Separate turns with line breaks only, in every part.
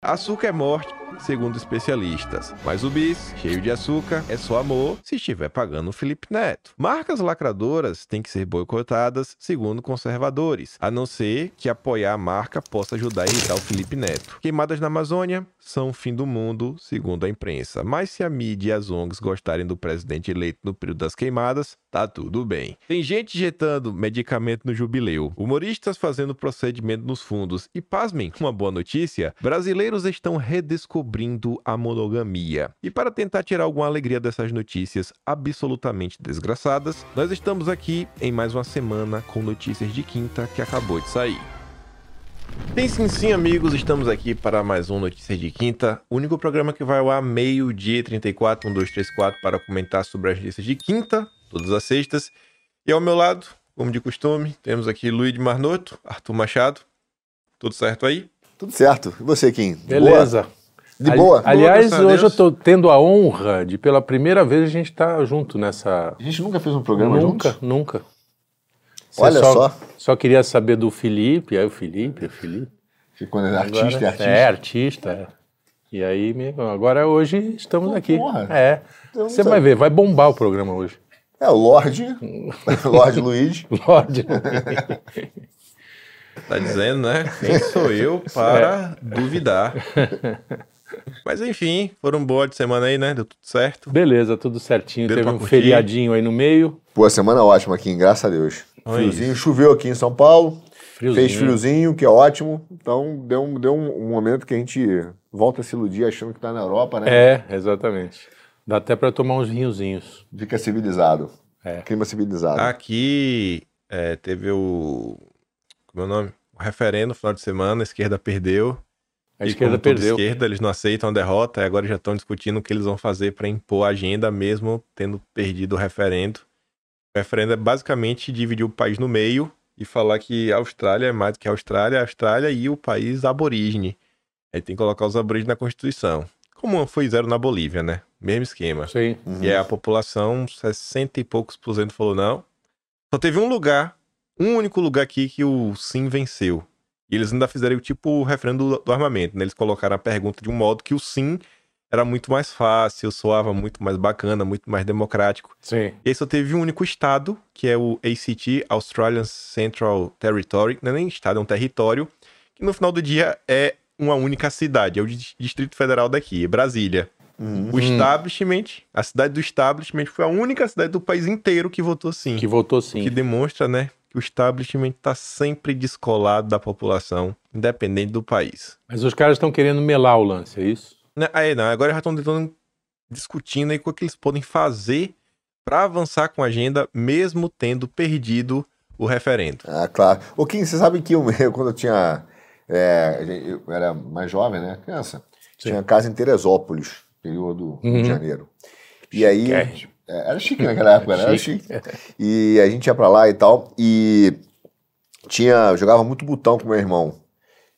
Açúcar é morte, segundo especialistas. Mas o bis, cheio de açúcar, é só amor se estiver pagando o Felipe Neto. Marcas lacradoras têm que ser boicotadas, segundo conservadores, a não ser que apoiar a marca possa ajudar a irritar o Felipe Neto. Queimadas na Amazônia são o fim do mundo, segundo a imprensa. Mas se a mídia e as ONGs gostarem do presidente eleito no período das queimadas, tá tudo bem. Tem gente injetando medicamento no jubileu, humoristas fazendo procedimento nos fundos e, pasmem, uma boa notícia, brasileiros estão redescobrindo a monogamia. E para tentar tirar alguma alegria dessas notícias absolutamente desgraçadas, nós estamos aqui em mais uma semana com notícias de quinta que acabou de sair. Tem sim, sim, amigos, estamos aqui para mais um Notícias de Quinta, o único programa que vai ao ar meio-dia 34, 1, 2, 3, 4, para comentar sobre as notícias de quinta, todas as sextas. E ao meu lado, como de costume, temos aqui Luiz de Marnoto, Arthur Machado. Tudo certo aí?
Tudo certo. E você, Kim? De
Beleza.
boa? De boa?
Ali- aliás,
graças a
hoje eu
Deus.
estou tendo a honra de, pela primeira vez, a gente estar junto nessa.
A gente nunca fez um programa
nunca,
juntos?
nunca. Você
Olha só.
Só queria saber do Felipe, aí o Felipe, o Felipe.
Que Quando é artista, é
Agora-
artista.
É, artista. é. E aí, meu, agora hoje estamos
Pô,
aqui.
porra. Então tá.
É.
Eu não
Você
sei.
vai ver, vai bombar o programa hoje.
É, o Lorde, Lorde Luiz.
Lorde.
Tá dizendo, né? Quem sou eu para duvidar? Mas enfim, foram boas de semana aí, né? Deu tudo certo.
Beleza, tudo certinho.
Deu
Teve
pra
um
curtir?
feriadinho aí no meio.
Pô, a semana ótima aqui, graças a Deus.
Olha
Friozinho, choveu aqui em São Paulo.
Friozinho.
Fez friozinho, que é ótimo. Então, deu, um, deu um, um momento que a gente volta a se iludir achando que tá na Europa, né?
É, exatamente. Dá até para tomar uns vinhozinhos.
Fica civilizado.
É.
Clima civilizado.
Aqui é, teve o. Como é o nome? O referendo no final de semana, a esquerda perdeu.
A
E
esquerda
como toda
perdeu.
esquerda, eles não aceitam a derrota e agora já estão discutindo o que eles vão fazer para impor a agenda, mesmo tendo perdido o referendo. O referendo é basicamente dividir o país no meio e falar que a Austrália é mais do que a Austrália, a Austrália e o país aborígene. Aí tem que colocar os aborígenes na Constituição. Como foi zero na Bolívia, né? Mesmo esquema.
Isso aí.
Uhum.
E aí é a população, 60 e poucos por cento falou não. Só teve um lugar, um único lugar aqui que o sim venceu. E eles ainda fizeram o tipo o referendo do, do armamento, né? Eles colocaram a pergunta de um modo que o sim era muito mais fácil, soava muito mais bacana, muito mais democrático.
Sim.
E aí só teve um único estado, que é o ACT, Australian Central Territory, não é nem estado, é um território, que no final do dia é uma única cidade, é o dis- Distrito Federal daqui, é Brasília.
Uhum.
Hum.
O establishment, a cidade do establishment foi a única cidade do país inteiro que votou sim.
Que votou
O
sim.
que demonstra, né, que o establishment tá sempre descolado da população, independente do país.
Mas os caras estão querendo melar o lance, é isso?
Né, Aí, não, agora já estão tentando discutindo aí o que eles podem fazer para avançar com a agenda, mesmo tendo perdido o referendo.
Ah, claro. Ô, Kim, você sabe que eu, quando eu tinha. é, eu era mais jovem, né? Criança.
Sim.
Tinha casa em Teresópolis, interior do Rio
Uhum.
de Janeiro. E aí.
Chique.
é, era chique naquela época, era
Chique.
chique. E a gente ia pra lá e tal. E tinha. eu Jogava muito botão com meu irmão.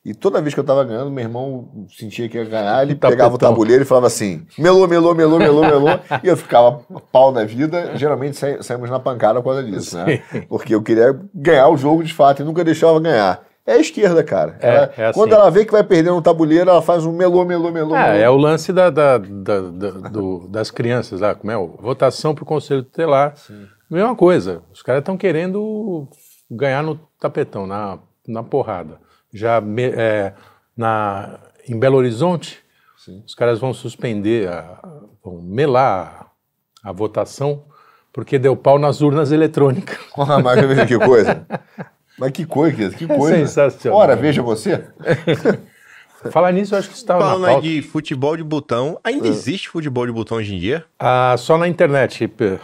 E toda vez que eu tava ganhando, meu irmão sentia que ia ganhar, ele
Tapetão.
pegava o tabuleiro e falava assim: melô, melô, melô, melô, melô. e eu ficava pau da vida. Geralmente saí- saímos na pancada por causa disso, né? Porque eu queria ganhar o jogo de fato e nunca deixava ganhar. É a esquerda, cara.
É,
Ela-
é assim.
Quando ela vê que vai perder no tabuleiro, ela faz um melô, melô, melô.
Ah,
melô.
é o lance da, da- da- da- do- das crianças lá, como é? Votação para o Conselho Tutelar. Mesma coisa. Os caras estão querendo ganhar no tapetão, na, na porrada. Já me- é, na, em Belo Horizonte,
Sim.
os caras vão suspender, a- vão melar a, a votação, porque deu pau nas urnas eletrônicas.
Ah, mas veja que coisa. Mas que coisa, que coisa.
É sensacional.
Ora, veja você.
Falar nisso, eu acho É que isso estava
Falando
na
aí
pauta.
de futebol de botão,
É.
ainda existe futebol de botão hoje em dia?
Ah, só na internet, Pe-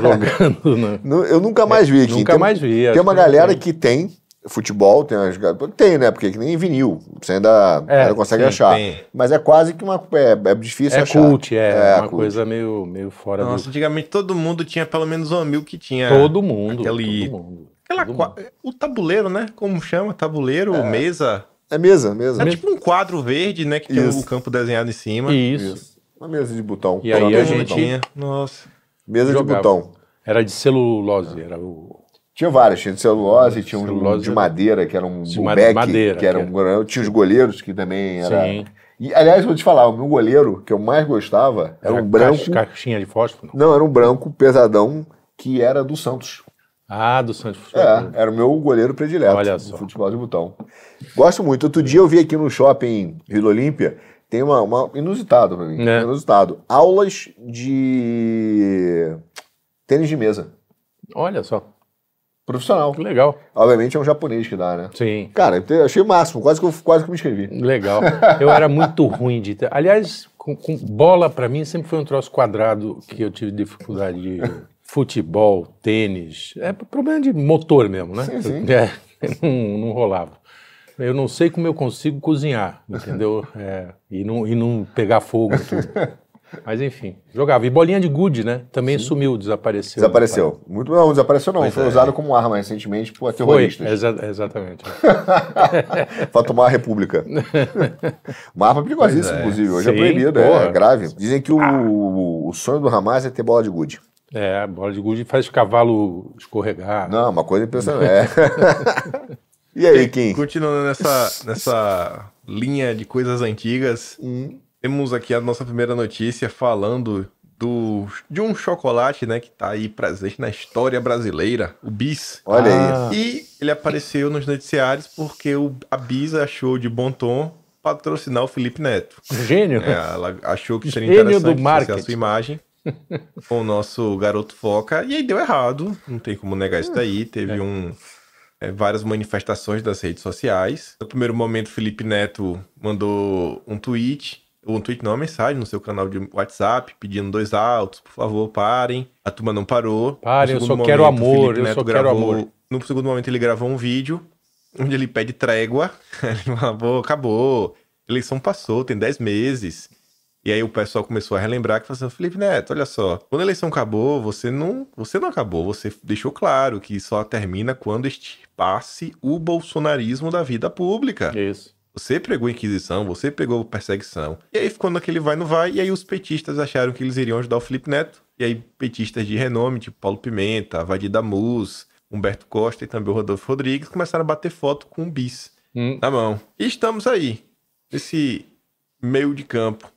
jogando, né?
Nu- Eu nunca mais vi. Kim.
nunca
Tem- um-
mais vi,
Tem
acho
uma
que é não
galera
tem.
que tem futebol, tem umas... ga- Tem, né? Porque que nem vinil. Você ainda,
É,
ainda consegue
sim,
achar.
tem.
Mas é quase que uma... É, é difícil
É
achar.
cult, é,
É,
uma
cult.
coisa meio, meio fora
Nossa, antigamente todo mundo tinha pelo menos um amigo que tinha.
do... Todo mundo,
aquele-
todo mundo.
Aquela
todo
qua- O tabuleiro, né? Como chama? Tabuleiro, mesa.
É mesa, mesa.
É tipo um quadro verde, né? Que tem
Isso.
o campo desenhado em cima.
Isso.
Tipo Uma mesa de botão.
E aí
Uma
Todo mundo
a
mesa de
gente-
botão.
tinha. Nossa.
Mesa de
jogava.
botão.
Era de celulose, era o...
Tinha várias, tinha de celulose, tinha um
Celulose
de
era-
madeira, que era um
De
bubeque,
madeira,
que era
que
um goleiro. Tinha os goleiros, que também era...
Sim.
E, aliás, vou te falar, o meu goleiro, que eu mais gostava, era, um branco...
caixa- Caixinha de fósforo? não?
Não, era um branco pesadão, que era do Santos.
Ah, do Santos Futebol Clube.
É, era o meu goleiro predileto.
Olha
do
só.
Futebol de botão. Gosto muito. Outro dia eu vi aqui no shopping Rio da Olímpia, tem uma, uma inusitado pra mim.
Né?
Inusitado. Aulas de tênis de mesa.
Olha só,
Profissional.
que legal.
Obviamente é um japonês que dá, né?
Sim,
Cara, eu achei o máximo, quase que eu, quase que eu me inscrevi.
legal. Eu era muito ruim de... te- Aliás, com, com bola pra mim sempre foi um troço quadrado que eu tive dificuldade de... Futebol, tênis, é problema de motor mesmo, né?
Sim, sim.
É, não, não rolava. Eu não sei como eu consigo cozinhar, entendeu? É, e, não, e não pegar fogo. e tudo. Mas enfim, jogava. E bolinha de gude, né? Também sumiu, desapareceu.
Desapareceu. Muito não, desapareceu não.
Pois
foi
é.
usado como arma recentemente por
Foi,
terroristas.
exa- exatamente.
pra tomar a República. Uma arma perigosíssima,
Pois é.
inclusive. Hoje é
Sim,
proibido, é
porra.
grave. Dizem que o, o sonho do Hamas é ter bola de gude.
É, a bola de gude faz o cavalo escorregar.
Não, uma coisa impressionante. é. e aí, Kim?
Continuando nessa, nessa linha de coisas antigas,
Hum,
temos aqui a nossa primeira notícia falando do, de um chocolate, né, que tá aí presente na história brasileira, o Bis.
olha
Ah.
E ele apareceu nos noticiários porque o, a Bis achou de bom tom patrocinar o Felipe Neto.
um Gênio.
É, ela achou que seria
Gênio
interessante
do
associar a
marketing.
sua imagem com o nosso garoto foca. E aí deu errado, não tem como negar isso daí.
Ah,
Teve um é, várias manifestações das redes sociais. No primeiro momento, Felipe Neto mandou um tweet, ou um tweet não, uma mensagem no seu canal de WhatsApp, pedindo dois autos, por favor, parem. A turma não parou. No
Parem, eu
segundo
só quero
momento,
amor,
Felipe
eu
Neto
só quero
gravou-
amor.
No segundo momento, ele gravou um vídeo onde ele pede trégua. Ele falou, Ah, acabou, a eleição passou, tem 10 meses. E aí o pessoal começou a relembrar que falou assim, Felipe Neto, olha só, quando a eleição acabou, você não, você não acabou, você deixou claro que só termina quando extirpasse o bolsonarismo da vida pública.
É Isso.
Você pregou Inquisição, você pegou perseguição. E aí ficou naquele vai não vai, e aí os petistas acharam que eles iriam ajudar o Felipe Neto. E aí petistas de renome, tipo Paulo Pimenta, Vadir Damus, Humberto Costa e também o Rodolfo Rodrigues, começaram a bater foto com o bis
Hum,
na mão. E estamos aí, nesse meio de campo.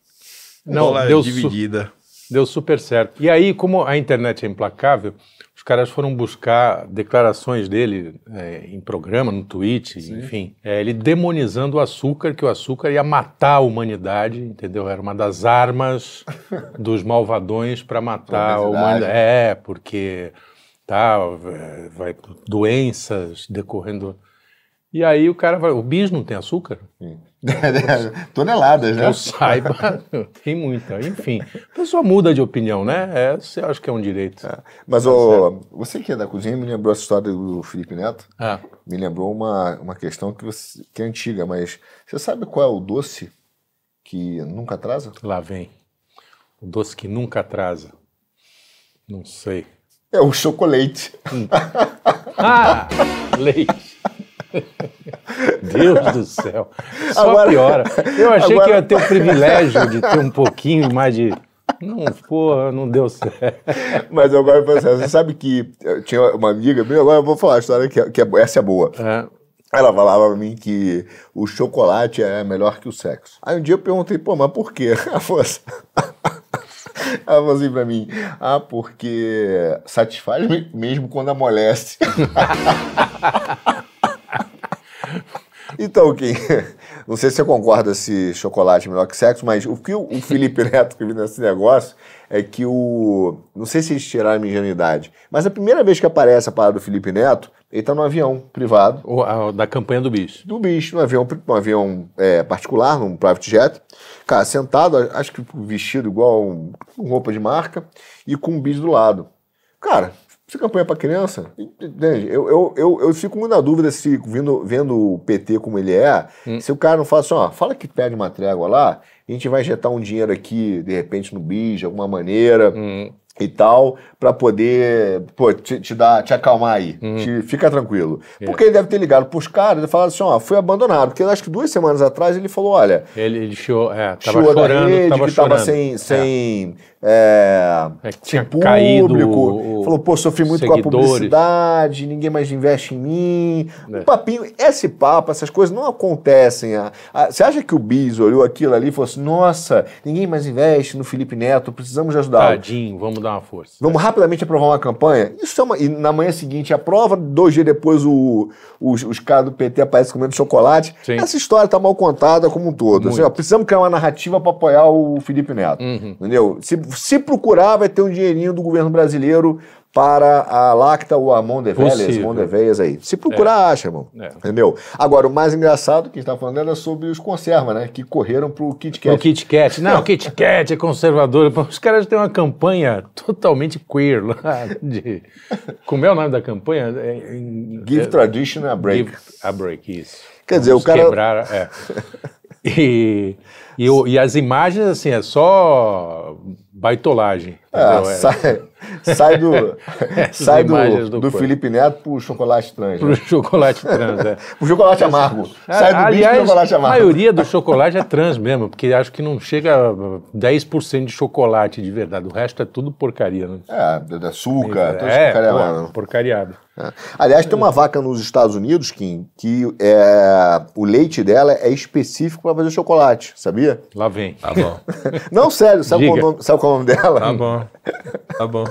Não,
bola
deu su-
dividida.
Deu super certo. E aí, como a internet é implacável, os caras foram buscar declarações dele é, em programa, no tweet, enfim. É, ele demonizando o açúcar, que o açúcar ia matar a humanidade, entendeu? Era uma das armas dos malvadões para matar a
Obesidade.
humanidade. É, porque tá, é, vai doenças decorrendo. E aí o cara vai, o bis não tem açúcar?
aí. Toneladas,
Que
né?
eu saiba, tem muita. Enfim, a pessoa muda de opinião, né? É, você acha que é um direito.
Mas ô, você que é da cozinha me lembrou essa história do Felipe Neto.
Ah,
Me lembrou uma, uma questão que, você- que é antiga, mas você sabe qual é o doce que nunca atrasa?
lá vem. O doce que nunca atrasa. Não sei.
É o chocolate.
Ah, leite. Deus do céu. Só
Agora-
piora. Eu achei
agora-
que ia ter o privilégio de ter um pouquinho mais de... Não, porra, não deu certo.
Mas agora você sabe que eu tinha uma amiga, minha, agora eu vou falar a história que, é- que é- essa é boa.
Ah,
Ela falava pra mim que o chocolate é melhor que o sexo. Aí um dia eu perguntei, pô, mas por quê? Ela falou assim, Ela falou assim pra mim, ah, porque satisfaz me- mesmo quando amolece. então, Kim, não sei se você concorda se chocolate é melhor que sexo, mas o que o o Felipe Neto que nesse negócio é que o... Não sei se eles tiraram a minha ingenuidade, mas a primeira vez que aparece a parada do Felipe Neto, ele tá num avião privado
o- a- da campanha do bicho.
do bicho, num avião, num avião é, particular, num private jet. Cara, sentado, a- acho que vestido igual um- com roupa de marca e com um bicho do lado. Cara, se campanha pra criança, entende? Eu, eu, eu, eu fico muito na dúvida se, vendo, vendo o PT como ele é, se o cara não fala assim, ó, fala que pede uma trégua lá, a gente vai injetar um dinheiro aqui, de repente, no bicho, de alguma maneira.
Hum,
e tal, para poder pô, te, te, dar, te acalmar aí.
Hum.
Te, fica tranquilo.
É.
Porque ele deve ter ligado pros caras e falado assim: ó, fui abandonado. Porque eu acho que duas semanas atrás ele falou: olha,
Ele, ele chiou, é, tava
Chiou da
chorando,
rede,
tava
que
chorando.
tava sem, sem, é.
É, que
sem
tinha
público.
caído o- o-
falou, pô, sofri muito com a
seguidores.
publicidade, ninguém mais investe em mim.
É.
Um papinho, esse papo, essas coisas não acontecem. A- a- Você acha que o Bis olhou aquilo ali e falou assim, nossa, ninguém mais investe no Felipe Neto, precisamos de ajudá-lo.
Tadinho, vamos dar uma força.
Vamos rapidamente aprovar uma campanha? Isso é uma... E na manhã seguinte aprova, dois dias depois o- os, os caras do PT aparecem comendo chocolate.
Sim.
Essa história está mal contada como um todo. Assim, ó, precisamos criar uma narrativa para apoiar o Felipe Neto.
Uhum.
Entendeu? Se, se procurar, vai ter um dinheirinho do governo brasileiro para a Lacta ou a Mondeveias,
Possível.
Mondeveias aí. Se procurar, acha, irmão.
É.
Entendeu? Agora, o mais engraçado que a gente tá falando era sobre os conservas, né? Que correram pro Kit Kat.
O Kit Kat. Não, o Kit Kat é conservador. Os caras têm uma campanha totalmente queer lá. De... Como é o nome da campanha? É, em-
Give
é-
tradition a break.
Give a break, isso.
Quer dizer, o
Vamos
cara-
Quebrar, é. e, e, o- e as imagens, assim, é só baitolagem.
Ah,
entendeu? É.
sai, sai do,
Essas
sai do,
imagens
do,
do corpo.
Felipe Neto pro chocolate estranho.
Pro
né?
chocolate trans, é.
Pro chocolate amargo. Sai do bicho pro
Aliás,
chocolate
a
amargo.
maioria do chocolate é trans mesmo, porque acho que não chega a 10% de chocolate de verdade. O resto é tudo porcaria, né?
É, da- da açúcar, todos
é,
os caras lá,
pô,
né?
porcariado.
É. Aliás, tem uma vaca nos Estados Unidos, Kim, que é, o leite dela é específico para fazer chocolate, sabia?
Lá vem.
Tá bom.
Não, sério, sabe, qual, o
Diga.
nome, sabe qual é o nome dela?
Tá bom.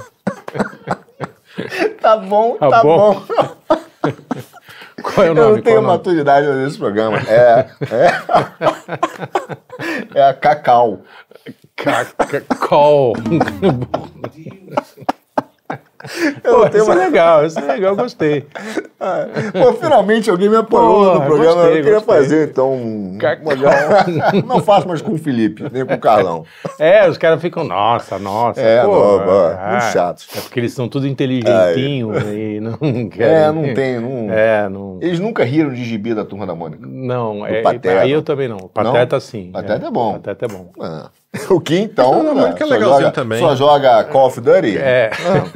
Tá bom.
Tá bom,
Tá bom. Qual é o nome?
Eu não tenho
Qual é o nome?
maturidade nesse programa. É, é, é a Cacau.
Cacacol.
Eu
Pô,
não tenho
isso é
ma-
legal, isso é legal, gostei.
Pô, finalmente alguém me apoiou
Pô,
no programa.
gostei,
eu queria
gostei.
fazer, então. um-
Cacau.
uma- Não faço mais com o Felipe, nem com o Carlão.
É, os caras ficam, nossa, nossa.
É,
pô,
não, pô, muito chato.
É porque eles são tudo inteligentinhos e não querem.
É, não tem. Não...
É, não.
Eles nunca riram de gibi da turma da Mônica.
Não, é,
Pateta.
aí eu também não. Pateta sim.
Pateta é bom.
Pateta é bom.
Ah. O Kim, então.
Não, não,
né,
que é
só
legalzinho
joga-
também.
Só joga Call of Duty? Ah.
É.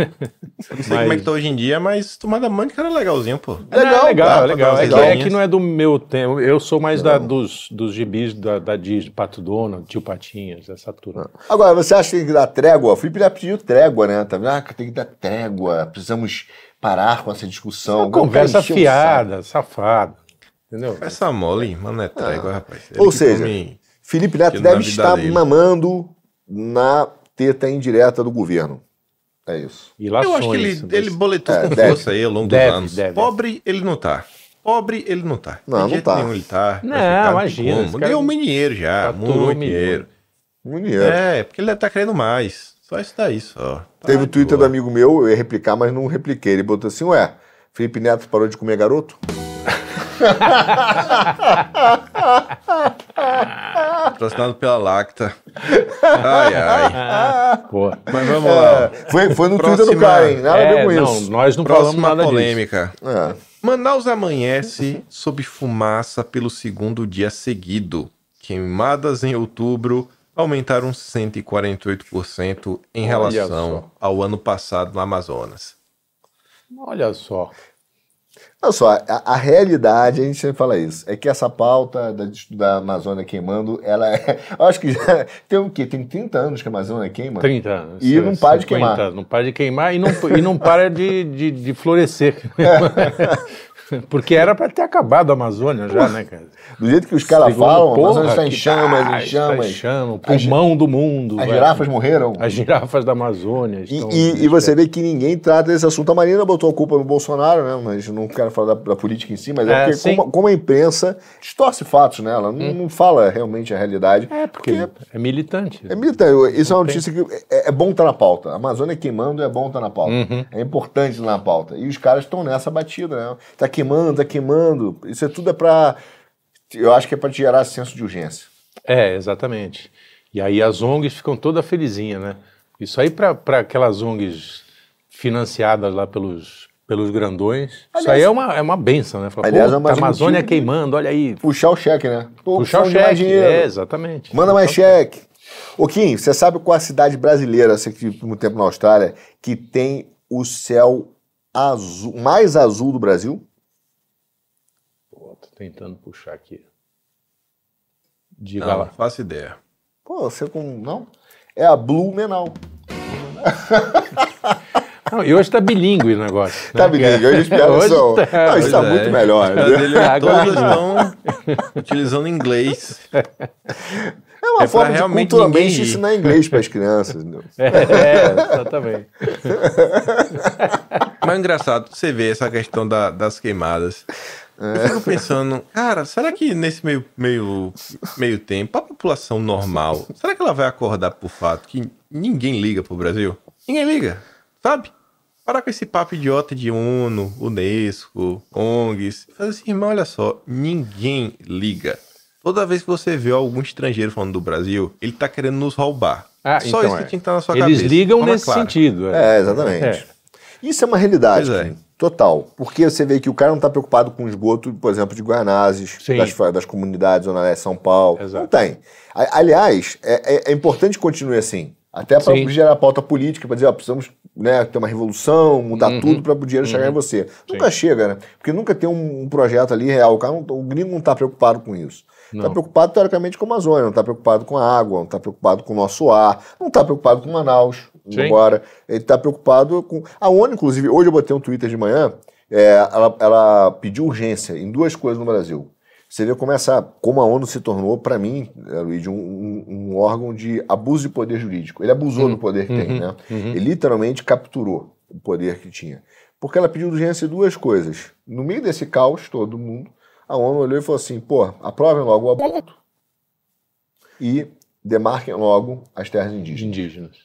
Não sei
Mas-
como é que tá hoje em dia, mas Tomada Mônica era legalzinho, pô.
Legal,
Não, é legal,
cara,
é legal.
pra
É que,
dar
é
aulinhas.
que não é do meu tempo. Eu sou mais da, dos, dos gibis da, da Disney, Pato Donald, Tio Patinhas, essa turma.
Agora, você acha que tem que dar trégua? O Felipe já pediu trégua, né? Tá vendo? Ah, que tem que dar trégua. Precisamos parar com essa discussão.
Uma conversa
Encheu o saco.
fiada, safada. Entendeu?
Essa mole, mano, é trégua, rapaz. Ele
Ah. Ou
que
seja,
come-
Felipe Neto
Que
deve
na vida
estar
dele.
mamando na teta indireta do governo. É isso.
E lá
eu acho que
sonha
ele,
isso,
ele
mas-
boletou
É,
com
deve.
força aí ao longo
Deve,
dos anos.
deve.
Pobre, ele não tá. Pobre, ele não tá.
Não,
De
não
jeito
tá.
Nenhum ele tá. Vai
Não,
ficar, tem
imagina,
como.
esse cara tá
Deu um dinheiro já,
faturou
muito
milhões.
dinheiro.
Muito dinheiro.
É, porque ele deve tá querendo mais. Só isso daí, só. Tá
Teve
de
o Twitter do
boa.
amigo meu, eu ia replicar, mas não repliquei. Ele botou assim: Ué, Felipe Neto parou de comer garoto?
Patrocinado pela Lacta. Ai, ai.
Pô.
Mas vamos lá.
Foi, foi no
É. Próxima.
Twitter do cara, hein? Nada a ver
É,
com
não,
isso.
nós não falamos
Próxima
nada
polêmica.
É.
Manaus amanhece sob fumaça pelo segundo dia seguido. Queimadas em outubro aumentaram 148% em
Olha
relação ao ano passado no Amazonas.
disso. Olha só.
Olha só, a, a realidade, a gente sempre fala isso, é que essa pauta da, da Amazônia queimando, ela é. Eu acho que já tem o quê? Tem 30 anos que a Amazônia queima?
30 anos.
E não para de
50
queimar.
anos, Não para de queimar e não, e não para de, de, de florescer. Porque era para ter acabado a Amazônia já, né, cara?
Do jeito que os caras
Segundo,
falam, a
porra,
Amazônia está em
que
chamas,
tá,
em
Está
chamas.
em chama, o
As-
pulmão do mundo.
As
vai.
girafas morreram.
As girafas da Amazônia.
E,
estão-
e- e você vê que ninguém trata desse assunto. A Marina botou a culpa no Bolsonaro, né? Mas não quero falar da, da política em si, mas é,
É,
porque
sim. Hum.
como, como a imprensa distorce fatos, né? Ela não, não fala realmente a realidade.
É, porque é militante.
É militante. Isso é uma notícia que é, é bom estar na pauta. A Amazônia queimando é bom estar na pauta.
Uhum.
É importante estar na pauta. E os caras estão nessa batida, né? Tá queimando, tá queimando. Isso é tudo é pra... Eu acho que é pra te gerar senso de urgência.
É, exatamente. E aí as ONGs ficam toda felizinha, né? Isso aí para aquelas ONGs financiadas lá pelos, pelos grandões, isso aí é uma, é uma benção, né? Fala,
Aliás,
"Pô,
é mais
a
um
Amazônia
motivo de-
queimando, olha aí.
Puxar o cheque, né? Pô,
Puxar o
precisamos de mais
cheque.
dinheiro.
É, exatamente.
Tá
Manda mais
Puxar o
cheque. Ô Kim, você sabe qual a cidade brasileira, você que vive muito tempo na Austrália, que tem o céu azul, mais azul do Brasil?
Pô, tô tentando puxar aqui.
Não,
Diga
não
lá.
faço ideia.
Pô, você com. Não? É a Blumenau.
Não, e hoje tá bilíngue o negócio.
Tá,
né?
menino? Hoje as piadas
Hoje
são.
tá,
Não, isso tá
Pois é.
muito melhor. né?
As piadas
entendeu?
dele,
Agora-
todas estão utilizando inglês.
É uma
É pra
forma de
realmente
culturalmente
ninguém rir.
ensinar é inglês para as crianças. entendeu?
É, exatamente.
Mas é engraçado você ver essa questão da- das queimadas. Eu fico pensando, cara, será que nesse meio, meio, meio tempo, a população normal, será que ela vai acordar pro fato que ninguém liga pro Brasil? Ninguém liga, sabe? Parar com esse papo idiota de ONU, Unesco, ONGs. Fazer assim, irmão, olha só, ninguém liga. Toda vez que você vê algum estrangeiro falando do Brasil, ele tá querendo nos roubar.
Ah,
só
então
isso
é.
que tinha que estar na sua
Eles
cabeça.
ligam
Forma
nesse
clara.
sentido. É.
É, exatamente. Isso é uma realidade,
Pois é.
Kim, total. Porque você vê que o cara não está preocupado com esgoto, por exemplo, de Guanazes,
Sim.
das, fa- das comunidades Zona Leste São Paulo.
Exato.
Não tem. A- aliás, é, é- é importante que continue assim. Até para
Sim.
gerar pauta política, para dizer, ó, precisamos né, ter uma revolução, mudar
Uhum.
tudo para o dinheiro chegar em você. Nunca chega, né? Porque nunca tem um, um projeto ali real. O, cara não- o gringo não está preocupado com isso. Está
Não.
preocupado, teoricamente, com a Amazônia, não está preocupado com a água, não está preocupado com o nosso ar, não está preocupado com Manaus,
Sim.
agora. Ele está preocupado com. A ONU, inclusive, hoje eu botei um Twitter de manhã, é, ela, ela pediu urgência em duas coisas no Brasil. Você vê como, essa, como a ONU se tornou, para mim, é, Luigi, um, um- um órgão de abuso de poder jurídico. Ele abusou do poder que tem, né? Ele literalmente capturou o poder que tinha. Porque ela pediu urgência em duas coisas. No meio desse caos, todo mundo, a ONU olhou e falou assim: pô, aprovem logo o aborto e demarquem logo as terras indígenas.
De indígenas.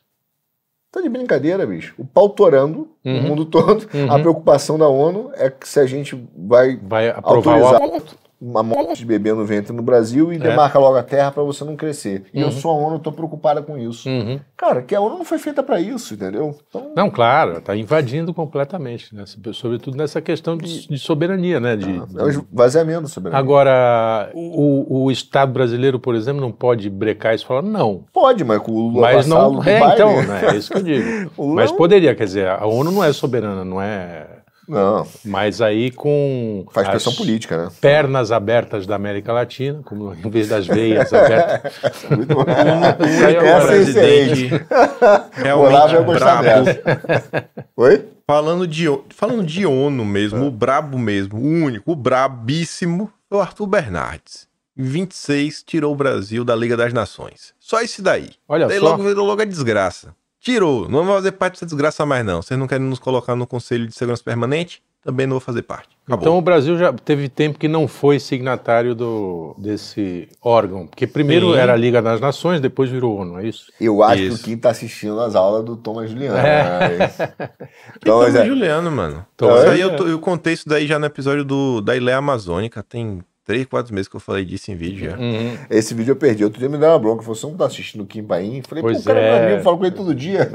Tá de brincadeira, bicho. O pau torando o
Uhum.
mundo todo. A preocupação da ONU é que se a gente vai
Vai aprovar o É.
autorizar uma morte de bebê no ventre no Brasil e demarca logo a terra pra você não crescer. E eu sou a ONU, eu tô preocupada com isso.
Uhum.
Cara, que a ONU não foi feita pra isso, entendeu? Então,
Não, claro, está invadindo completamente, né? sobretudo nessa questão de, de soberania. Né? De,
é um esvaziamento sobre a
Agora, o, o Estado brasileiro, por exemplo, não pode brecar isso e falar não.
Pode, mas com o Lula
Mas
vassalo
não.
do
É,
Biden-
então, né? é isso que eu digo.
O Lula-
Mas poderia, quer dizer, a ONU não é soberana, não é.
Não,
Mas aí com.
faz
as
pressão política, né?
Pernas abertas da América Latina, como em vez das veias abertas.
é Muito
Saiu
É um
agora. é
Essa
presidente
Olavo
realmente
ia gostar
brabo.
Oi?
Falando de, o- falando de ONU mesmo, o brabo mesmo, o único, o brabíssimo, é o Arthur Bernardes. Em 26, tirou o Brasil da Liga das Nações. Só esse daí.
Olha
daí
só.
logo virou logo a desgraça. Tirou. Não vou fazer parte dessa desgraça mais, não. Vocês não querem nos colocar no Conselho de Segurança Permanente? Também não vou fazer parte.
Tá
Acabou.
Então o Brasil já teve tempo que não foi signatário do, desse órgão. Porque primeiro
Sim.
era a Liga das Nações, depois virou ONU, é isso?
Eu acho
Isso.
que o Kim tá assistindo as aulas do Thomas Juliano.
É.
né?
Então,
Thomas é-
Juliano, mano.
Então,
isso
é.
aí eu, tô- eu contei isso daí já no episódio do, da Ilha Amazônica. Tem 3, 4 meses que eu falei disso em vídeo já.
Uhum.
Esse vídeo eu perdi. Outro dia me deu uma bronca. Falou, você não tá assistindo o Kim Paim? Falei, pô,
Pois
o cara é
é.
meu amigo, eu falo com ele todo dia.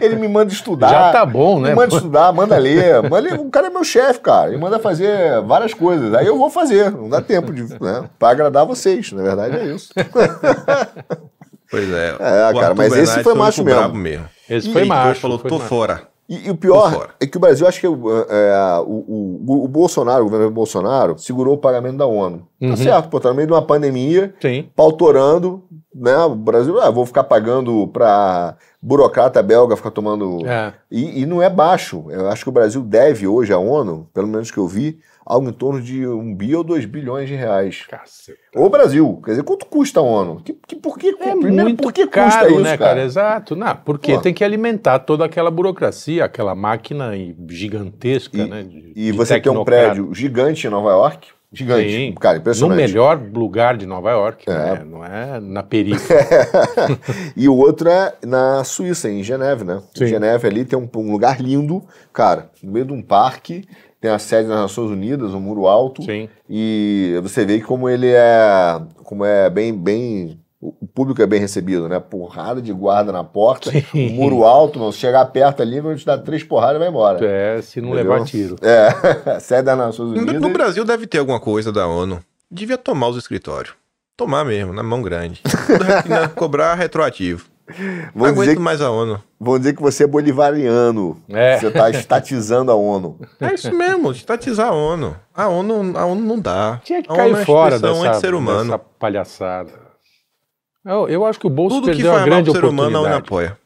ele me manda estudar.
Já tá bom, né?
Me manda estudar, manda ler. Manda ler. O cara é meu chefe, cara. Ele manda fazer várias coisas. Aí eu vou fazer. Não dá tempo de, né? Pra agradar vocês. Na verdade, é isso.
Pois é. o
cara,
Arthur
mas esse
Bernardes
foi
o único
macho mesmo.
brabo mesmo.
Esse
E
foi
Ele tirou e
macho.
falou,
foi
tô
macho.
fora.
E, e o
Tô
pior
fora.
é que o Brasil, acho que eh, eh, o, o, o Bolsonaro, o governo Bolsonaro, segurou o pagamento da ONU.
Uhum.
Tá certo, pô, tá no meio de uma pandemia,
Sim.
pautorando, né? O Brasil, ah, vou ficar pagando pra burocrata belga ficar tomando.
É.
E, e não é baixo. Eu acho que o Brasil deve hoje à ONU, pelo menos que eu vi, algo em torno de um bi ou dois bilhões de reais.
Caceta.
O Brasil, quer dizer, quanto custa a ONU? Que, que, por que,
É
primeiro,
muito
por que custa
caro,
isso,
né, cara?
cara?
Exato. Não, porque
Pô.
tem que alimentar toda aquela burocracia, aquela máquina e- gigantesca,
E-
né? de-
E
de
você tem um
tecnocrata.
prédio gigante em Nova York? Gigante.
Sim.
Cara,
No
impressionante.
melhor lugar de Nova York,
É.
né? não é na periferia.
e o outro é na Suíça, em Geneve, né? Em
Sim.
Geneve ali tem um, um lugar lindo, cara, no meio de um parque, tem a sede das Nações Unidas, um muro alto.
Sim.
E você vê como ele é. Como é bem. bem o o público é bem recebido, né? Porrada de guarda na porta,
Sim.
um muro alto, mano. Se chegar perto ali, vão te dar três porradas e vai embora.
É, se não
Entendeu?
levar tiro.
É, sede das Nações
No
Unidas.
Brasil deve ter alguma coisa da ONU. Devia tomar os escritórios. Tomar mesmo, na mão grande. Tudo re- Cobrar retroativo. Não
Vamos
aguento
dizer que-
mais a ONU.
Vão dizer que você é bolivariano.
É.
Você está estatizando a ONU.
É isso mesmo, estatizar a ONU. A ONU, a ONU não dá.
Tinha que
a ONU é
cair
uma
fora
instituição
dessa,
anti-ser humano.
dessa palhaçada. Eu, eu acho que o Bolso
Tudo que
perdeu a
faz mal
grande
pro ser humano, é a ONU
oportunidade.
apoia.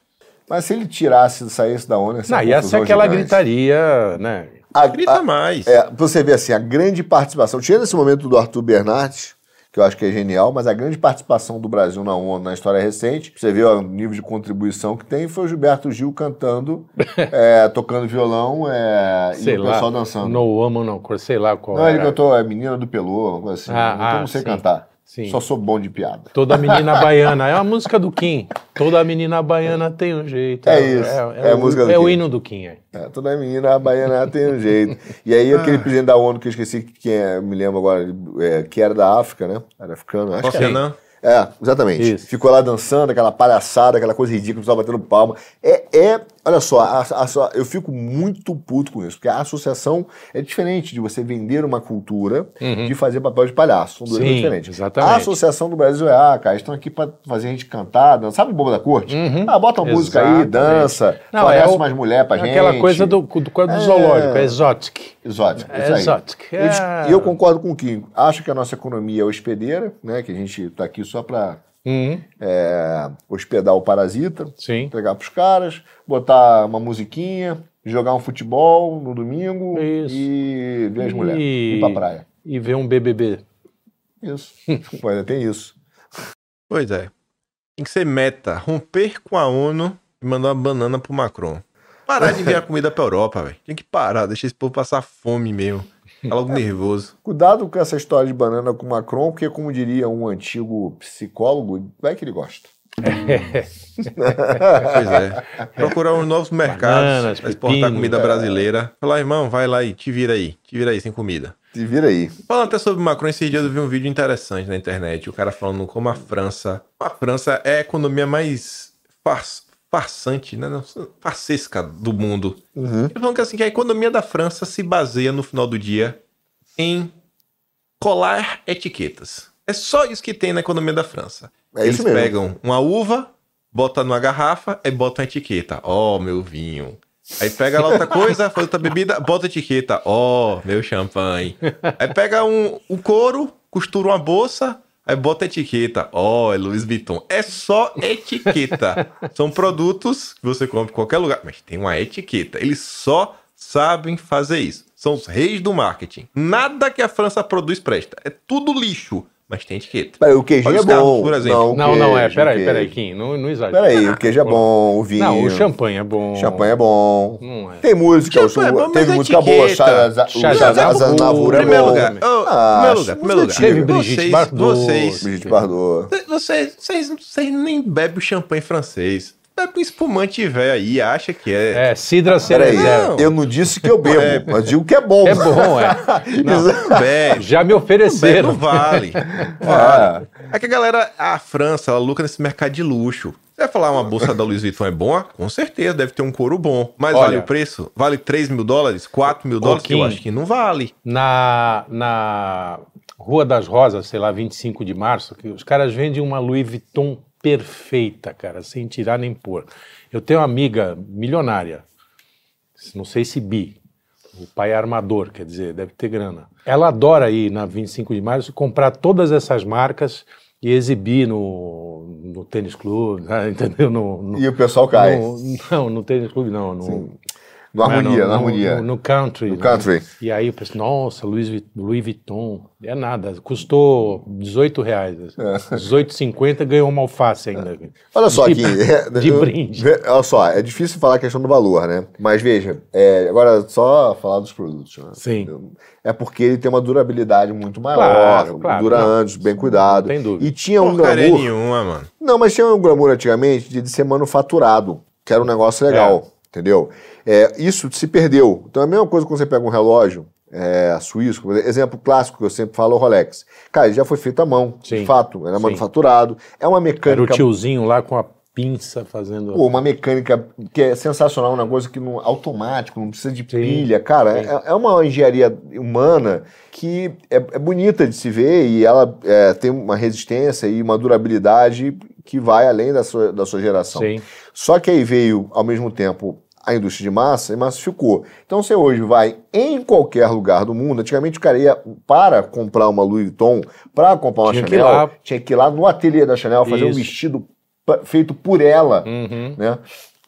Mas se ele tirasse, saísse da ONU, essa
Não, ia ser
confusão
aquela
gigante.
gritaria, né?
A-
Grita
a-
mais.
É, pra você ver assim, a grande participação, tirando esse momento do Arthur Bernardes, que eu acho que é genial, mas a grande participação do Brasil na ONU na história recente, você vê o nível de contribuição que tem, foi o Gilberto Gil cantando, é, tocando violão é,
Sei
e o
lá.
pessoal dançando.
No Amo, não, cor, sei lá qual
Não, ele
era.
cantou é, Menina do Pelô, uma coisa assim.
Ah,
então eu
ah,
não sei
sim.
cantar.
Sim.
Só sou bom de piada.
Toda menina baiana. É a música do Kim. Toda menina baiana tem um jeito.
É isso, é a
o,
música do
É o
Kim.
hino do Kim. É.
É, toda menina baiana tem um jeito. E aí aquele presidente da ONU que eu esqueci quem é, me lembro agora, é, que era da África, né? Era africano, acho que era.
Você não?
É, exatamente.
Isso.
Ficou lá dançando, aquela palhaçada, aquela coisa ridícula, o pessoal batendo palma. É, é olha só, a- a- só, eu fico muito puto com isso, porque a associação é diferente de você vender uma cultura de fazer papel de palhaço. São duas
Uhum. Sim,
coisas diferentes.
exatamente.
A associação do Brasil é, ah, cara, estão aqui pra fazer a gente cantar, dançar. Sabe o Bobo da Corte? Ah, bota uma música aí,
Uhum. Exatamente.
dança,
Não,
fornece
é o-
umas mulheres pra
é
gente.
Aquela coisa do, do, quadro
É.
do zoológico, é exotic.
Exótico.
É
isso aí.
exótico, é.
Eles- E eu concordo com o Kim. Acho que a nossa economia é hospedeira, né? Que a gente tá aqui só pra
Uhum,
é, hospedar o parasita,
sim.
entregar pros caras, botar uma musiquinha, jogar um futebol no domingo
Isso.
e ver as
E-
mulheres, ir pra praia.
E ver um BBB.
Isso. Pô, ainda tem isso.
Pois é. Tem que ser meta. Romper com a ONU e mandar uma banana pro Macron. Parar de enviar comida pra Europa, velho. Tem que parar, deixa esse povo passar fome mesmo. Tá logo nervoso.
Cuidado com essa história de banana com Macron, porque, como diria um antigo psicólogo, vai que ele gosta.
Pois é. Procurar uns novos mercados
Bananas,
pra exportar
pepino,
comida brasileira. Falar, irmão, vai lá e te vira aí. Te vira aí sem comida.
Se vira aí.
Falando até sobre Macron, esses dias eu vi um vídeo interessante na internet. O cara falando como a França. A França é a economia mais fars- farsante, né? Não, farsesca do mundo.
Uhum.
Ele falando que, assim, que a economia da França se baseia no final do dia em colar etiquetas. É só isso que tem na economia da França.
É
Eles
isso mesmo.
pegam uma uva, botam numa garrafa e botam a etiqueta. Ó, meu vinho. Aí pega lá outra coisa, faz outra bebida, bota a etiqueta. Ó, meu champanhe. Aí pega um, um couro, costura uma bolsa, aí bota a etiqueta. Ó, é Louis Vuitton. É só etiqueta. São produtos que você compra em qualquer lugar, mas tem uma etiqueta. Eles só sabem fazer isso. São os reis do marketing. Nada que a França produz presta. É tudo lixo, mas tem etiqueta.
Peraí, o queijo
Olha
é
os carros,
bom.
por exemplo.
o
não, não é.
queijo, o
Peraí,
queijo.
peraí, Kim. Não, não exagera.
Peraí, o queijo é bom, o vinho.
Não, o champanhe é bom.
Champanhe é bom.
Não é.
Tem música,
Champanhe é
o-
bom, mas
teve
é
música boa,
etiqueta.
Chaza-
Chaza-
Chaza- Navura é
primeiro
bom.
lugar, ô,
Ah,
primeiro lugar,
acho
primeiro lugar.
positivo.
Teve Brigitte
vocês,
Bardot.
vocês,
Brigitte Bardot.
vocês, vocês, vocês nem bebem o champanhe francês. Bebe um espumante velho aí, acha que é.
É, Sidra
Peraí,
Não.
Cerezer.
eu não disse que eu bebo,
É.
mas digo que é bom.
É bom, é. Não,
Não bebe.
já
Não
me
bebe, não
ofereceram.
vale.
Ah,
É que a galera, a França, ela lucra nesse mercado de luxo. Você vai falar uma bolsa da Louis Vuitton é boa? Com certeza, deve ter um couro bom. Mas
Olha.
vale o preço? Vale 3 mil dólares? 4 mil dólares? Que eu
Kim.
acho que não vale.
na, na Rua das Rosas, sei lá, 25 de março, que os caras vendem uma Louis Vuitton perfeita, cara, sem tirar nem pôr. Eu tenho uma amiga milionária, não sei se bi, o pai é armador, quer dizer, deve ter grana. Ela adora ir na 25 de março e comprar todas essas marcas e exibir no, no tênis clube, né, entendeu? No, no-
e o pessoal cai.
no- não, no tênis clube não, no,
No
não é,
harmonia,
no-
na
no-
harmonia.
No, no country.
No
né?
country.
E aí eu pensei, nossa, Louis, Vu- Louis Vuitton, é nada, custou 18 reais. né?" 18,50 ganhou uma alface ainda.
É. Olha só aqui.
De-
é,
de
eu-
brinde.
ve- Olha só, é difícil falar a questão do valor, né? Mas veja, é, agora só falar dos produtos. né?
Sim.
É porque ele tem uma durabilidade muito maior,
Claro, claro,
dura
não.
anos, bem cuidado.
Não tem dúvida.
E tinha um
Porcaria
glamour.
nenhuma, mano.
Não, mas tinha um glamour antigamente de, de ser manufaturado, que era um negócio legal, entendeu? É, isso se perdeu. Então é a mesma coisa quando você pega um relógio é, suíço, por exemplo clássico que eu sempre falo é o Rolex. Cara, ele já foi feito à mão, de
Sim.
fato, era
Sim.
manufaturado, é uma
Era o
mecânica.
tiozinho lá com a pinça fazendo.
Pô, uma mecânica que é sensacional, uma coisa que não, automático, não precisa de pilha. Cara, é, é uma engenharia humana que é, é bonita de se ver e ela é, tem uma resistência e uma durabilidade que vai além da sua, da sua geração.
Sim.
Só que aí veio, ao mesmo tempo, a indústria de massa e massificou. Então você hoje vai em qualquer lugar do mundo, antigamente o cara ia para comprar uma Louis Vuitton, para comprar uma
Tinha que ir
Chanel,
lá.
tinha que ir lá no ateliê da Chanel fazer um
Isso.
vestido pa- feito por ela,
Uhum.
né?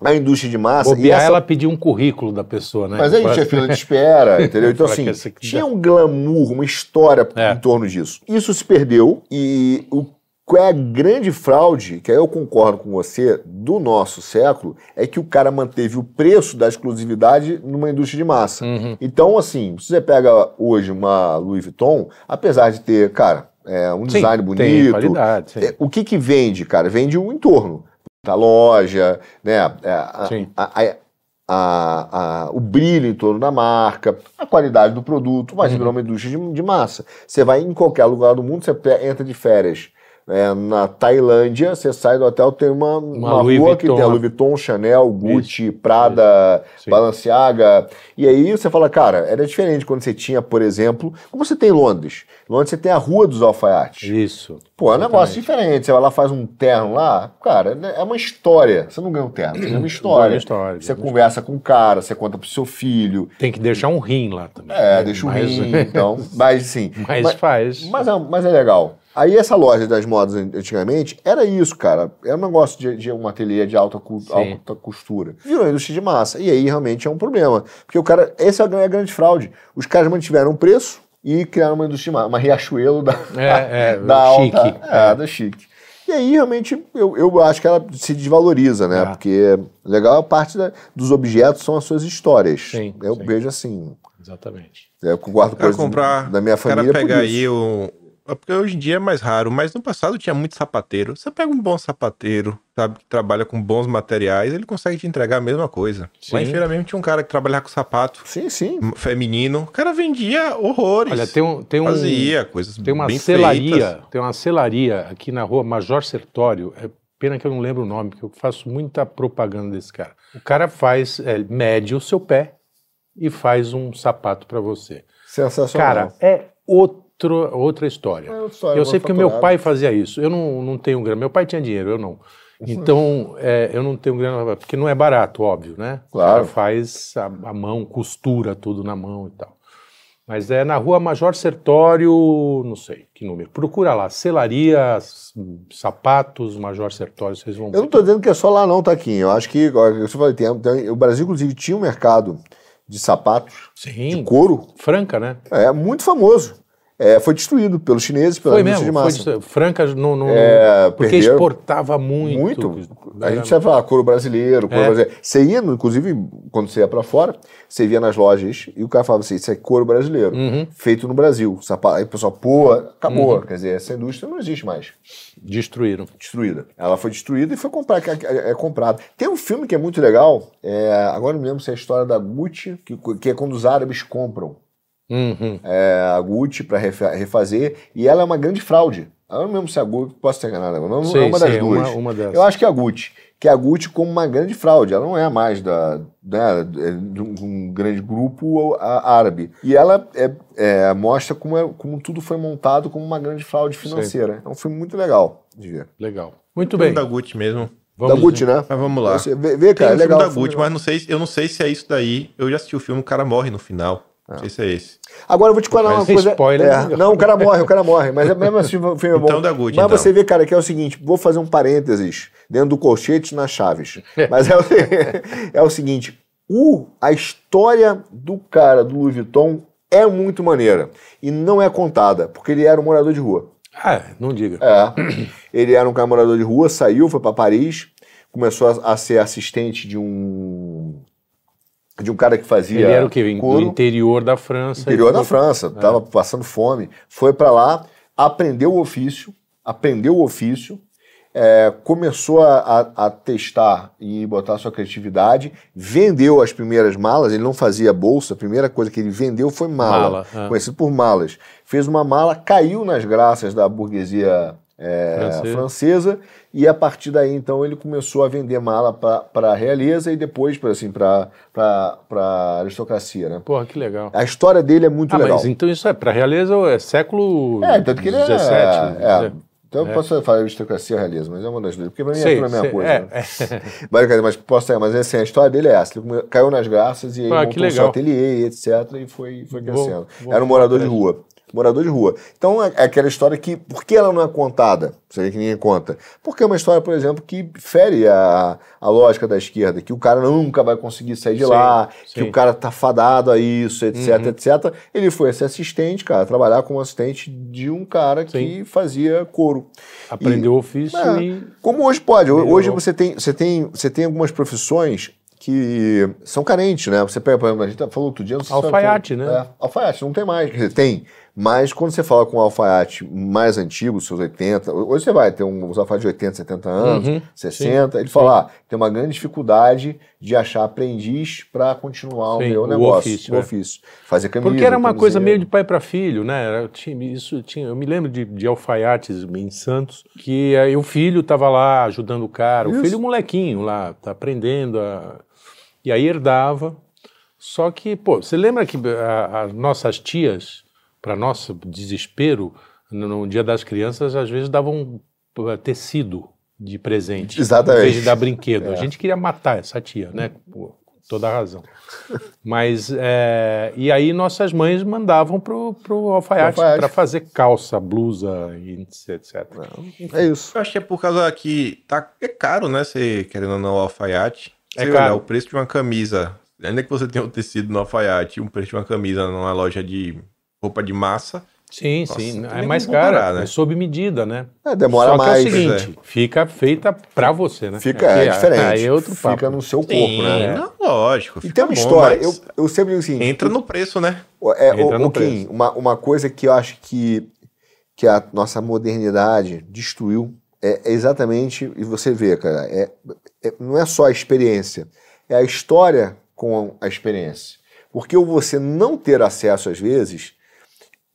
A indústria de massa. e
Bobear,
essa-
ela pediu um currículo da pessoa, né?
Mas aí tinha fila de espera, entendeu? Então,
Fala
assim,
que essa aqui
tinha um glamour, uma história
É.
em torno disso. Isso se perdeu e o qual é a grande fraude, que aí eu concordo com você, do nosso século, é que o cara manteve o preço da exclusividade numa indústria de massa.
Uhum.
Então, assim, se você pega hoje uma Louis Vuitton, apesar de ter, cara, é, um
Sim,
design
Tem
bonito,
qualidade, sim.
é, O que que vende, cara? Vende o entorno da loja, né? É, a-
Sim.
a- a- a- a- o brilho em torno da marca, a qualidade do produto,
Uhum.
mas virou uma indústria de, de massa. Você vai em qualquer lugar do mundo, você pe- entra de férias. né? na Tailândia, você sai do hotel, tem uma, uma,
Louis
rua que
Vuitton,
tem a
né?
Louis Vuitton, Chanel, Gucci, Prada,
Sim.
Balenciaga. E aí você fala, cara, era diferente quando você tinha, por exemplo, como você tem em Londres. Em Londres você tem a Rua dos Alfaiates.
Isso.
Pô, é um negócio diferente. Você vai lá, faz um terno lá, cara, né, é uma história. Você não ganha um terno, você ganha uma história.
Ganha história,
Você
ganha uma
conversa com o cara, você conta pro seu filho.
Tem que deixar um rim lá também.
É,
né?
deixa o
Mas-
rim, então. Mas assim.
Mas,
mas-
faz.
mas é, mas é legal. Aí essa loja das modas an- antigamente era isso, cara. Era um negócio de, de um ateliê de alta, cu-
Sim.
alta costura. Virou indústria de massa. E aí realmente é um problema. Porque o cara. Essa é a gran- a grande fraude. Os caras mantiveram o preço e criaram uma indústria de massa, uma riachuelo da,
É, é,
da
chique.
alta. É, da chique. E aí realmente eu, eu acho que ela se desvaloriza, né?
Ah.
Porque legal a parte da- dos objetos são as suas histórias.
Sim,
eu
sim.
vejo assim.
um, Exatamente.
É, Eu guardo
Pra
coisas
comprar,
da minha família.
o cara pega
por isso.
aí o. é Porque hoje em dia é mais raro, mas no passado tinha muito sapateiro. Você pega um bom sapateiro, sabe, que trabalha com bons materiais, ele consegue te entregar a mesma coisa. Lá em
Sim.
Feira mesmo tinha um cara que trabalhava com sapato
Sim, sim.
m- feminino. O cara vendia horrores.
Olha, tem um. Tem um...
Fazia coisas
Tem uma
bem
selaria,
feitas.
tem uma selaria aqui na rua Major Sertório. É pena que eu não lembro o nome, porque eu faço muita propaganda desse cara. O cara faz, é, mede o seu pé e faz um sapato para você.
Sensacional.
Cara, é outro, outra história.
É outra história,
eu sei porque meu
manufaturado.
pai fazia isso. Eu não, não tenho grana. Meu pai tinha dinheiro, eu não. Então, é, eu não tenho grana, porque não é barato, óbvio, né?
Claro.
O cara faz a, a mão, costura tudo na mão e tal. Mas é na rua Major Sertório, não sei que número. Procura lá, selaria, s- sapatos, Major Sertório, vocês vão ver.
Eu não estou dizendo que é só lá, não, Taquinho. Eu acho que, ó, eu falei, tem, tem- o Brasil, inclusive, tinha um mercado de sapatos de
Sim,
couro.
Franca, né?
É muito famoso. É, foi destruído pelos chineses, pela
Foi
indústria
mesmo,
de
foi
massa.
disso- Franca não... não-
É,
porque
perderam.
exportava muito.
Muito. A
Era-
gente sabe falar couro brasileiro, couro
É.
brasileiro. Você ia, no- inclusive, quando você ia pra fora, você via nas lojas e o cara falava assim: isso é couro brasileiro,
Uhum.
feito no Brasil. Sapa- Aí o pessoal, pô, acabou. Quer dizer, essa indústria não existe mais.
Destruíram.
Destruída. Ela foi destruída e foi comprar, é, é comprada. Tem um filme que é muito legal, é, agora não me lembro se é a história da Gucci, que, que é quando os árabes compram
Uhum.
a Gucci para refazer e ela é uma grande fraude. Eu não lembro se é a Gucci, posso estar enganado, agora, não, é
Sei,
uma das
sei,
duas.
uma- uma dessas.
Eu acho que é a Gucci, que é a Gucci como uma grande fraude, ela não é mais da, né, de um- de um grande grupo á- árabe. E ela é- é, mostra como, é- como tudo foi montado como uma grande fraude financeira. É um filme muito legal de ver.
Legal. Muito
Filme
bem.
da Gucci mesmo.
da um Gucci, né?
Mas vamos lá.
Você vê, vê,
Tem
cara, é
o
legal.
filme da
filme
Gucci,
legal.
mas não sei, se- eu não sei se é isso daí. Eu já assisti o filme, o cara morre no final. Não
Ah.
sei se é esse.
Agora eu vou te contar
Mas
uma
esse
coisa.
spoiler
é,
não-
não, o cara morre, o cara morre. Mas é mesmo assim o filme é bom.
Então da Gucci,
Mas
então.
você vê, cara, que é o seguinte: vou fazer um parênteses dentro do colchete na Chaves. Mas é, o- é o seguinte: o, a história do cara do Louis Vuitton é muito maneira. E não é contada, porque ele era um morador de rua.
Ah, não diga.
É. Ele era um cara morador de rua, saiu, foi para Paris, começou a, a ser assistente de um. De um cara que fazia.
Ele era o quê? Do
couro
interior da França.
interior
e
da
foi-
França, estava passando fome, foi para lá, aprendeu o ofício, aprendeu o ofício, é, começou a, a- a testar e botar sua criatividade, vendeu as primeiras malas, ele não fazia bolsa, a primeira coisa que ele vendeu foi mala,
Mala, é.
conhecido por malas. Fez uma mala, caiu nas graças da burguesia é, francesa. francesa. E a partir daí, então, ele começou a vender mala para a realeza e depois para assim, a aristocracia, né?
Porra, que legal.
A história dele é muito
ah,
legal.
mas então isso é para a realeza é século
É, tanto que ele é-
17,
é.
17.
Então eu posso falar aristocracia e realismo, mas é uma das duas, porque pra mim é tudo a mesma
né? Sei,
coisa.
sei,
né?
é, é.
Mas, cara, mas posso sair, mas assim, a história dele é essa. Ele come- caiu nas graças e aí
Ah, que
montou o seu
legal.
ateliê, etc. E foi, foi
Vou-
crescendo.
vou
Era um morador de rua. Morador de rua. Então é é aquela história que. Por que ela não é contada? Você vê que ninguém conta. Porque é uma história, por exemplo, que fere a, a lógica da esquerda, que o cara nunca vai conseguir sair de
Sim,
lá, que
sim. Uhum.
o cara tá fadado a isso, etc, etc. Ele foi esse assistente, cara, trabalhar como assistente de um cara que fazia couro.
Aprendeu o ofício
É,
e.
Como hoje pode. Ho- Hoje
Melhorou.
você tem, você, tem, você tem algumas profissões que são carentes, né? Você pega, por exemplo, a gente falou outro dia... Não sei se
Alfaiate,
foi-
né?
É, alfaiate, não tem mais. Quer dizer, tem. Mas quando você fala com um alfaiate mais antigo, seus 80... Hoje você vai ter um, uns alfaiates de 80, 70 anos,
Uhum,
60. Ele fala, ah, tem uma grande dificuldade de achar aprendiz para continuar o
Sim,
meu
o
negócio, o ofício.
ofício, é.
Fazer camisa,
Porque era uma coisa
camiseta.
meio de pai para filho, né? Era- tinha- isso tinha, eu me lembro de, de alfaiates em Santos, que aí o filho estava lá ajudando o cara,
Isso.
o filho molequinho lá, tá aprendendo, a- e aí herdava. Só que, pô, você lembra que a- as nossas tias, para nosso desespero, no, no dia das crianças, às vezes davam pô, tecido de presente.
Exatamente. É.
Em vez de dar brinquedo. A gente queria matar essa tia, né? Pô, com toda a razão. Mas, é, e aí nossas mães mandavam pro, pro alfaiate
Pro alfaiate.
para fazer calça, blusa, e etc.
É isso.
Eu acho que é por causa que tá, é caro, né? Você querendo ou não, o alfaiate.
É
Você
caro.
olhar o preço de uma camisa, ainda que você tenha um tecido no alfaiate, um preço de uma camisa numa loja de roupa de massa,
Sim,
Nossa,
sim.
não tem
É
nem
mais
como comparar,
cara,
né?
é sob medida, né?
É, demora
Só que
mais.
é o seguinte, fica feita pra você, né?
Fica, é,
Aqui,
diferente.
Aí é outro papo.
Fica no seu corpo,
Sim,
né?
não, lógico.
E
fica
tem uma
bom,
história,
mas
eu, eu sempre digo assim,
Entra no preço, né?
é,
Entra
o,
no
o Kim,
preço.
uma, uma coisa que eu acho que, que a nossa modernidade destruiu é, é exatamente, e você vê, cara, é, é- não é só a experiência, é a história com a experiência. Porque o você não ter acesso às vezes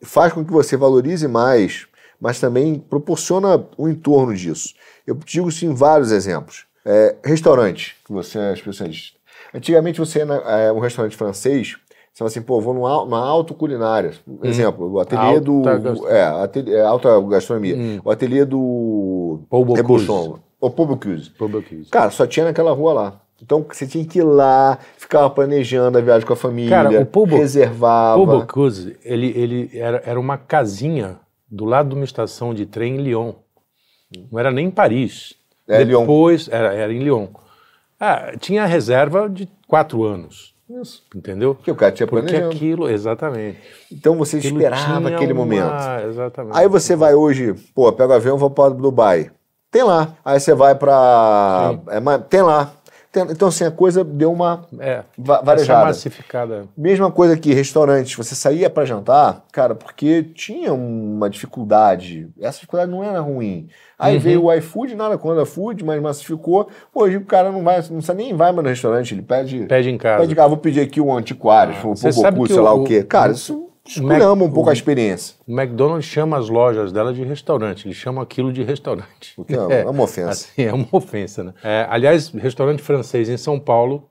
faz com que você valorize mais, mas também proporciona o entorno disso. Eu digo isso em vários exemplos. É, restaurante, que você é especialista. Antigamente você ia na, é, um restaurante francês, você fala assim, pô, vou numa, numa autoculinária. Exemplo, o ateliê
Hum. Alta
do.
gastronomia.
É, ateliê, é, alta gastronomia.
Hum.
O ateliê do.
Paul Bocuse.
Rebouchon. O Paul Bocuse.
Pô, que isso.
Cara, só tinha naquela rua lá. Então você tinha que ir lá, ficava planejando a viagem com a família,
Cara, o Paul Bo-
reservava.
Paul Bocuse, ele, ele era, era uma casinha do lado de uma estação de trem em Lyon. Não era nem em Paris.
É, Lyon.
Depois, Era, era em Lyon. Ah, tinha reserva de quatro anos,
Isso.
entendeu?
Porque o cara tinha
Porque
planejado.
aquilo, exatamente.
Então você
Aquilo
esperava
tinha
aquele
uma-
momento.
Exatamente.
Aí você vai hoje, pô, pega o avião, vou para Dubai. Tem lá. Aí você vai pra. é, mas tem lá. Tem- então, assim, a coisa deu uma
É,
va-
essa
varejada.
massificada.
Mesma coisa que restaurante, você saía pra jantar, cara, porque tinha uma dificuldade. Essa dificuldade não era ruim. Aí
Uhum.
veio o iFood, nada contra o iFood, mas massificou. Hoje o cara não vai, não sabe nem vai mais no restaurante, ele pede.
Pede em casa.
Pede, cara, vou pedir aqui um antiquário, um
Ah, você
pouco
sabe que
sei lá o,
o-
quê. Cara, isso esculhamba um
Mac-
pouco a
o-
experiência.
O McDonald's chama as lojas dela de restaurante, ele chama aquilo de restaurante.
O que é, é uma ofensa.
Assim, é uma ofensa, né? É, aliás, restaurante francês em São Paulo,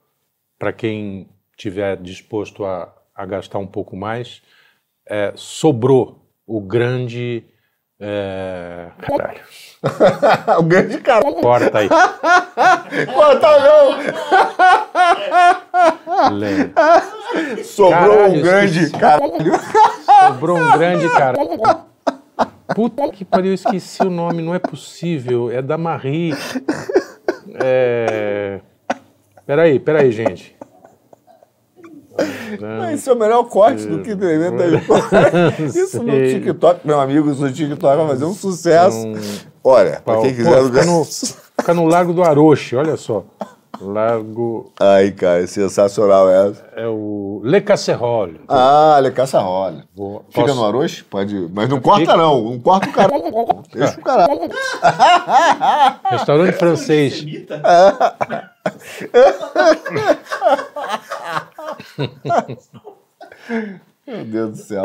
para quem tiver disposto a, a gastar um pouco mais, é, sobrou o grande. É... caralho,
o Um grande cara. tá
Corta aí.
Corta não!
Lembra.
Sobrou
Caralho,
um grande
esqueci.
cara.
Sobrou um grande cara. Puta que pariu, eu esqueci o nome, não é possível. É da Marie. É. Peraí, peraí, gente. Ah.
Esse é o melhor corte do que do evento da história. Isso no
sei.
TikTok, meu amigo, isso no TikTok vai fazer um sucesso. Olha, pra
Então, Pau.
quem
Pô,
quiser.
fica, no, fica no Largo do Aroche, olha só. Largo
Ai, cara, é sensacional essa.
é o Le Casserole.
Ah, Le Caça Rola.
Vou-
Fica
posso-
no arroz? Pode. Mas não corta, não. Não corta o cara. Deixa o caralho.
Restaurante francês.
Meu Deus do céu.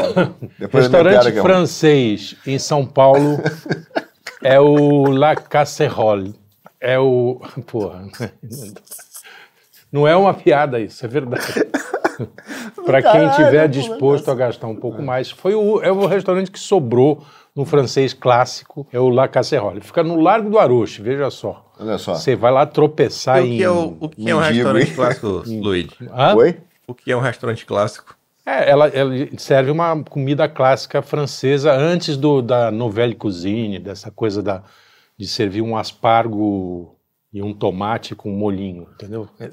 Depois eu me
Restaurante
pego aqui, ó.
francês em São Paulo. É o La Casserole. É o. Porra. Não é uma piada isso, é verdade. Para quem
Caralho,
tiver
pô,
disposto a gastar um pouco mais, foi o, é o restaurante que sobrou no francês clássico, é o La Casserole. Fica no Largo do Aroche, veja só.
Olha só.
Você vai lá tropeçar
o
em.
que é, o, o que é um
Tá Mendigo,
restaurante
hein?
clássico, Luigi?
Hã?
Oi?
O que é um restaurante clássico?
É, ela, ela serve uma comida clássica francesa antes do, da novelle cuisine, dessa coisa da, de servir um aspargo e um tomate com molhinho, entendeu? É,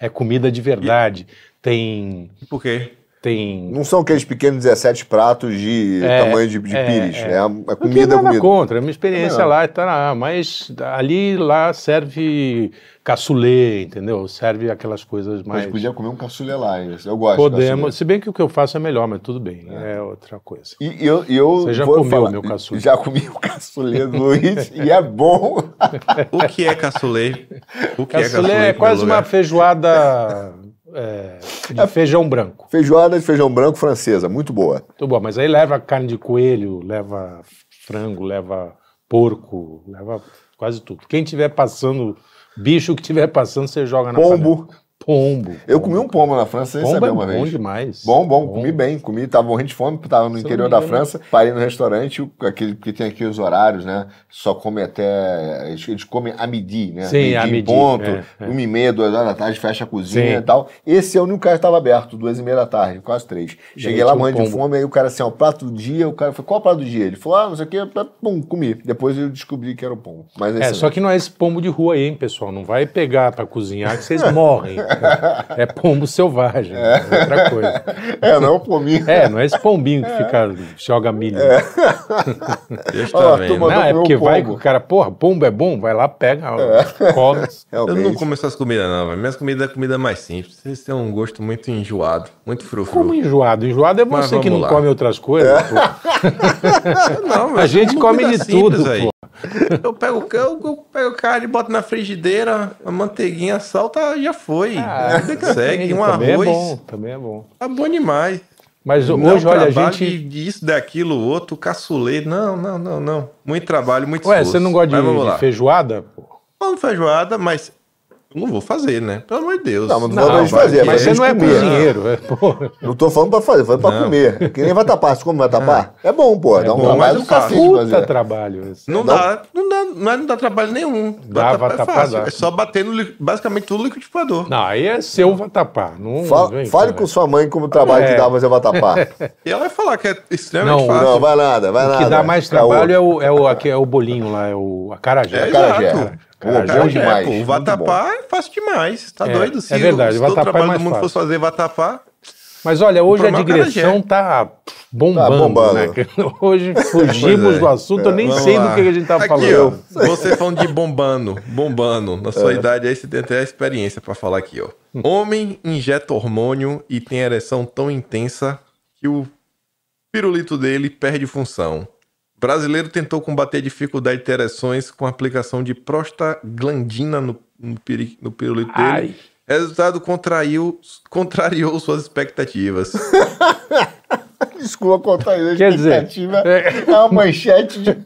é comida de verdade. Tem,
E por quê?
tem
Não são aqueles pequenos 17 pratos de
É,
tamanho de, de
é,
pires,
é.
né? É
Não tem
comida,
nada
comida.
contra, é uma experiência
Também não.
lá, e tá lá, mas ali lá serve cassoulet, entendeu? Serve aquelas coisas
Mas
mais.
podia comer um cassoulet lá, hein? eu gosto. de
Podemos, se bem que o que eu faço é melhor, mas tudo bem, é, outra coisa.
cassoulet. E eu, e eu
Você já
vou
comeu
falar,
meu cassoulet?
Já comi o cassoulet do Luiz e é bom.
O que é cassoulet? O que
Cassoulet
em
é
primeiro
quase
né?
uma
lugar?
feijoada é, de feijão branco.
Feijoada de feijão branco francesa, muito boa.
Muito bom, mas aí leva carne de coelho, leva frango, leva porco, leva quase tudo. Quem tiver passando, bicho que tiver passando, você joga na panela.
Pombo.
Pombo.
Eu comi um pombo na França sem
Pombo
saber
é
uma
bom
vez.
demais.
Bom, bom, comi bem, comi, tava morrendo de fome, tava no
Se eu
interior
não
da
me engano-
França, parei no restaurante, o- aquele que tem aqui os horários, né? Só come até. Eles, eles comem a midi, né?
Sim,
Midi
à
em
midi,
ponto,
é, é.
uma e meia, duas horas da tarde, fecha a cozinha
Sim.
e tal. Esse é o único cara que tava aberto, duas e meia da tarde, quase três. Cheguei
aí
lá,
tinha um
morrendo de
pombo.
fome, aí o cara assim, ó, prato do dia, o cara falou, qual é o prato do dia? Ele falou, ah, não sei o quê, pá, pum, comi. Depois eu descobri que era o pombo. Mas
É,
esse
só que não é esse pombo de rua aí, hein, pessoal. Não vai pegar pra cozinhar que vocês morrem. É pombo selvagem, é. outra coisa.
é, não é o pominho.
É, não é esse pombinho que fica, joga milho. né?
Deus tá
Ó,
vendo.
turma,
Não,
mandou
é
comer um
porque vai que
pombo. É.
o cara, porra, pombo é bom, vai lá, pega, come.
Eu
Realmente.
não como essas comidas, não. velho. Minhas comidas é comida mais simples. Vocês têm um gosto muito enjoado, muito frufru.
Como enjoado? Enjoado é
Mas
você que
vamos
não
lá.
come outras coisas.
É.
pô.
Não, mas
A gente
como
come
comida
de
simples
tudo,
aí.
pô.
Eu pego, eu, eu pego carne, boto na frigideira, a manteiguinha, salta, já foi.
Ah,
Vida que É, segue, um
também é bom,
arroz.
também é bom.
tá bom demais.
Mas
Não
hoje, olha, a
trabalho
gente...
de- de Isso, daquilo, outro, caçulê. Não, não, não, não. Muito trabalho, muito
Ué,
esforço.
você não gosta de,
Mas vamos
de
lá.
feijoada? Pô?
Como feijoada, mas eu não vou fazer, né? Pelo amor de Deus.
Não, mas não vou
vai
de fazer,
que-
mas
mas você não é
comer.
cozinheiro. É, porra.
Não tô falando pra fazer, falando pra
Não. Ah.
comer. Que nem vai tapar. Você come vai tapar? É bom, pô. dá
bom,
um
mas
trabalho
eu
do cacete de
Puta tá
fazer.
trabalho. esse.
Não dá, não dá, mas não dá trabalho nenhum.
Dá,
Batapá
vatapá
é fácil.
dá.
É só bater no li- basicamente tudo no liquidificador.
Não, aí é seu vatapá. Não
Fala-
vem,
fale
cara.
com sua mãe como o trabalho
É.
que dá pra fazer vai tapar.
E ela vai falar que é extremamente
Não,
fácil.
Não, vai nada, vai
né? O
nada.
que dá mais
né?
trabalho é o, é, o, aqui é o bolinho lá, é o acarajé.
É,
o cara
Exato.
já.
Cara,
Pô, bom
é,
demais.
pô, o
muito bom.
vatapá é fácil demais. Tá
É,
doido? Se
é verdade,
o, se
o
todo
vatapá é
trabalho
mais
do mundo
fácil.
fosse fazer vatapá,
Mas olha, hoje a
problema é o
digressão tá bombando.
Tá bombando.
né? Hoje fugimos
é.
do assunto, eu nem
Vamos
sei
lá.
do que a gente tava
Aqui,
falando.
Ó, É. você falando de bombando, bombando. Na sua idade aí você tem até a experiência pra falar aqui, ó. Homem injeta hormônio e tem ereção tão intensa que o pirulito dele perde função. Brasileiro tentou combater a dificuldade de ereções com a aplicação de prostaglandina no, no, piri- no pirulito
Ai.
dele. Resultado contraiu, contrariou suas expectativas.
Desculpa contar isso. a
Quer dizer,
expectativa É uma manchete de.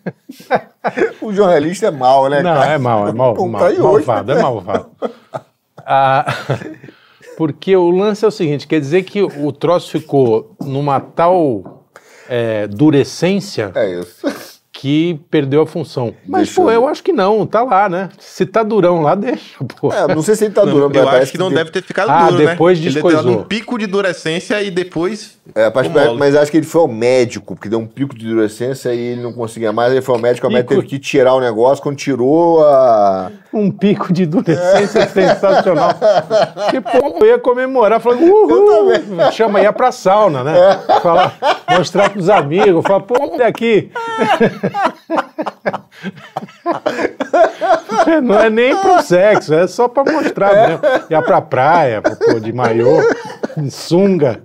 o jornalista é mal, né?
Não,
cara?
é mal, é mal,
Pô,
mal-
tá aí hoje,
malvado,
né?
é malvado. Ah, porque o lance é o seguinte, quer dizer que o troço ficou numa tal é, durecência
É isso.
que perdeu a função. Mas,
Deixa
pô,
eu-
eu acho que não, tá lá, né? Se tá durão lá, deixa, pô.
É, não sei se ele tá durando, mas
Eu
parece
acho que não
tem-
deve ter ficado
Ah,
duro, né?
depois
Ele deve ter
descoisou.
dado um pico de durecência e depois...
É, mas,
ficou mole.
mas acho que ele foi ao médico, porque deu um pico de adolescência e ele não conseguia mais. Ele foi ao médico, o médico
Pico.
teve que tirar o negócio. Quando tirou a.
Um pico de adolescência sensacional. Porque, pô, eu ia comemorar, falando, uhul! Chama, ia pra sauna, né? Falar, mostrar pros amigos, falar, pô, olha aqui. Não é nem pro sexo, é só pra mostrar mesmo. Ia pra praia, pô, de maiô, de sunga.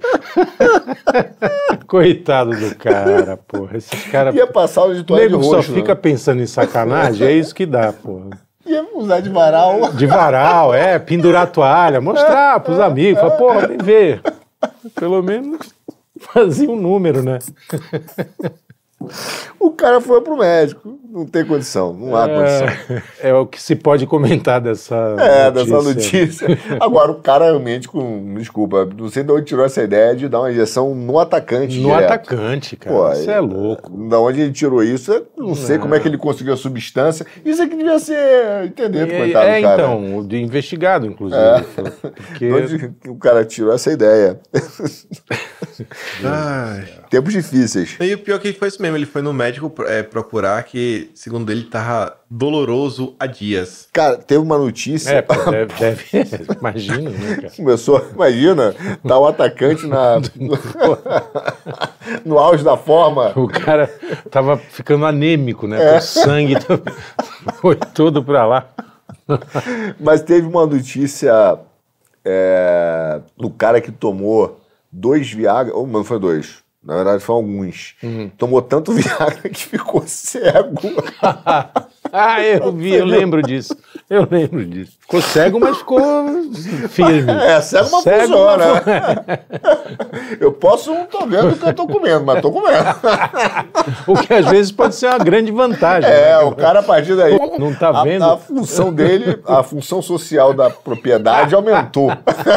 Coitado do cara, pô. Esses caras.
Ia passar o de toalha de
Tá. Nego
é roxo.
só fica pensando em sacanagem, é isso que dá, pô.
né? Ia usar de varal.
De varal, é, pendurar a toalha, mostrar pros amigos, falar, porra, vem ver. Pelo menos fazia um número, né?
O cara foi pro médico. não tem condição, não há condição.
É, é o que se pode comentar dessa
É, dessa notícia. Agora, o cara realmente, com desculpa, não sei de onde tirou essa ideia de dar uma injeção no atacante.
No
direto.
atacante, cara.
Pô,
Isso é louco.
Da onde ele tirou isso, eu não sei como é que ele conseguiu a substância. Isso é que devia ser entendido,
E-
coitado
é,
do cara.
então, o de investigado, inclusive.
É.
Porque
De onde que o cara tirou essa ideia?
Ai.
Tempos difíceis.
E o pior é que foi isso mesmo, ele foi no médico é, procurar que, segundo ele, tava doloroso há dias.
Cara, teve uma notícia.
é, pô, deve, deve- imagina, né, cara?
Começou, imagina, tá o atacante na, no, auge da forma.
O cara tava ficando anêmico, né?
É.
O sangue t- foi todo pra lá.
Mas teve uma notícia é, do cara que tomou dois Viagra, ou não foi dois, na verdade foram alguns.
Uhum.
Tomou tanto Viagra que ficou cego.
Ah, eu vi, eu lembro disso. Eu lembro disso. Ficou cego, mas ficou firme.
É, né? cego não
Cego é.
funciona. Eu posso não tô vendo o que eu tô comendo, mas tô comendo.
O que às vezes pode ser uma grande vantagem.
É,
né?
o cara a partir daí.
Não tá
a-
vendo?
A, função dele, a função social da propriedade aumentou.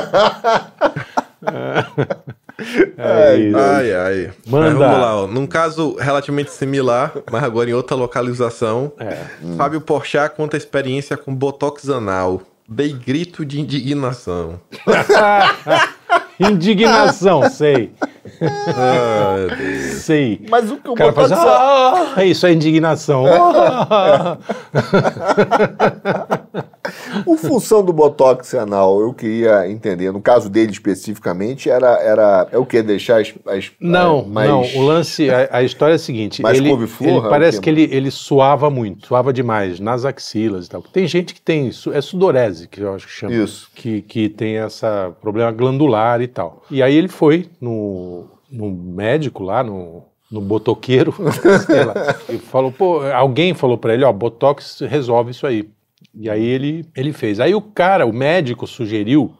É isso.
Ai, ai.
Manda.
Mas vamos lá, ó. num caso relativamente similar, mas agora em outra localização,
É.
Hum. Fábio Porchat conta a experiência com botox anal. Dei grito de indignação.
Ah, Indignação, sei.
Ah, meu Deus.
Sei.
Mas o que
O cara faz. Ah, isso é indignação. Ah.
é, O função do botox anal, eu queria entender. No caso dele especificamente, era, era é o que deixar as, as
Não,
as- mais-
não. O lance, a, a história é a seguinte.
Mais
ele,
É, couve-flor,
ele
é o
parece
quê?
que ele, ele suava muito, suava demais nas axilas e tal. Tem gente que tem isso, é sudorese que eu acho que chama.
Isso.
Que, que tem essa problema glandular e tal. E aí ele foi no, no médico lá, no, no botoqueiro, sei lá, e falou, pô, alguém falou pra ele, ó, botox resolve isso aí. E aí ele, ele fez. Aí o cara, o médico sugeriu,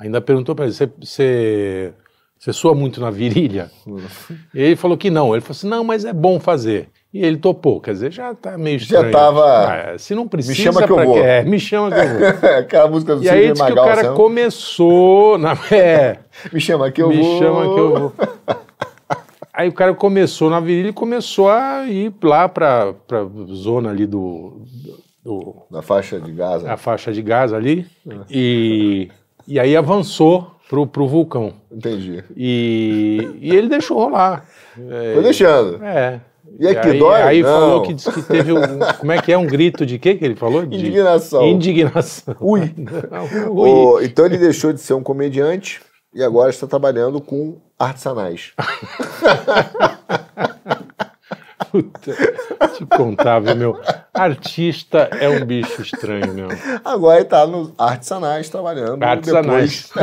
ainda perguntou pra ele, "Você- você você sua muito na virilha?
Hum.
E ele falou que não. Ele falou assim, não, mas é bom fazer. E ele topou, quer dizer, já tá meio
Já
estranho.
tava-
Ah, se não precisa,
chama que eu
pra
vou.
quê? É, me chama que eu vou.
Aquela música do
E aí
Silvio
diz que o
Magal,
cara
sabe?
começou. Na, é,
me chama que eu
me
vou.
chama que eu vou. Aí o cara começou na virilha e começou a ir lá pra, pra zona ali do, do
Na faixa de Gaza.
a faixa de gás ali. E, e aí avançou pro, pro vulcão. é
Entendi.
E, e ele deixou rolar. É,
Foi deixando.
é.
E aqui
aí,
dói?
Aí
Não.
falou que disse que teve um. Como é que é? Um grito de quê que ele falou? De-
Indignação.
Indignação.
Ui.
Não, ui.
O- então ele deixou de ser um comediante e agora está trabalhando com artesanais.
Puta, te contar, viu, meu? Artista é um bicho estranho, meu.
Agora ele está no artesanais trabalhando.
Artesanais.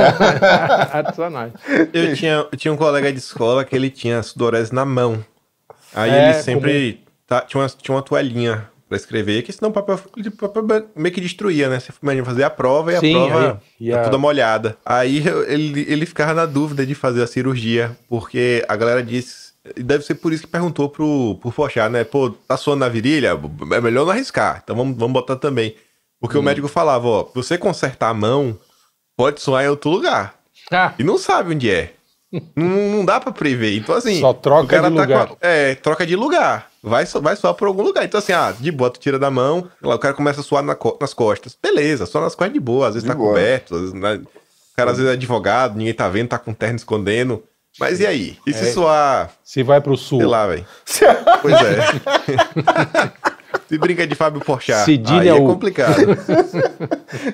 Artesanais.
Eu tinha, eu tinha um colega de escola que ele tinha sudorese na mão. Aí
É,
ele sempre tá- tinha, uma, tinha uma toalhinha pra escrever, que senão o papel, o papel meio que destruía, né? Você imagina fazer a prova e a
Sim,
prova
aí- e
tá
a-
toda molhada. Aí eu- ele, ele ficava na dúvida de fazer a cirurgia, porque a galera disse. e Deve ser por isso que perguntou pro, pro Pochá, né? Pô, tá suando na virilha? É melhor não arriscar. Então vamos, vamos botar também. Porque
Uhum.
o médico falava, ó, você consertar a mão, pode suar em outro lugar
Ah,
e não sabe onde é. não, não dá pra prever. Então, assim.
Só troca
o cara
de
tá
lugar.
com a- é, troca de lugar. Vai, só- vai suar por algum lugar. Então, assim, ah, de boa, tu tira da mão, lá, o cara começa a suar na co- nas costas. Beleza, só nas costas de boa. Às vezes
De
tá
boa.
coberto, às vezes, né? o cara às vezes é advogado, ninguém tá vendo, tá com terno escondendo. Mas e aí? E se
É.
suar,
se vai pro sul.
sei lá, velho? Pois é. se brinca de Fábio Porchat. aí
Cedilha
é
U.
complicado.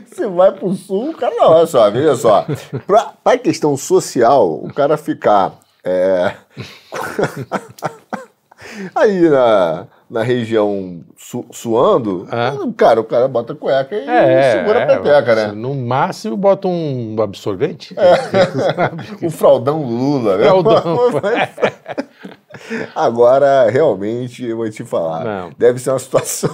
Você vai pro sul, o cara não, olha só, veja só. Pra, pra questão social, o cara ficar é, aí na, na região su- suando,
Ah.
cara, o cara bota a cueca
É,
e segura a peteca, né? É.
No máximo bota um absorvente.
O fraldão Lula, né?
Fraldão.
Agora, realmente, eu vou te falar.
Não.
Deve ser uma situação.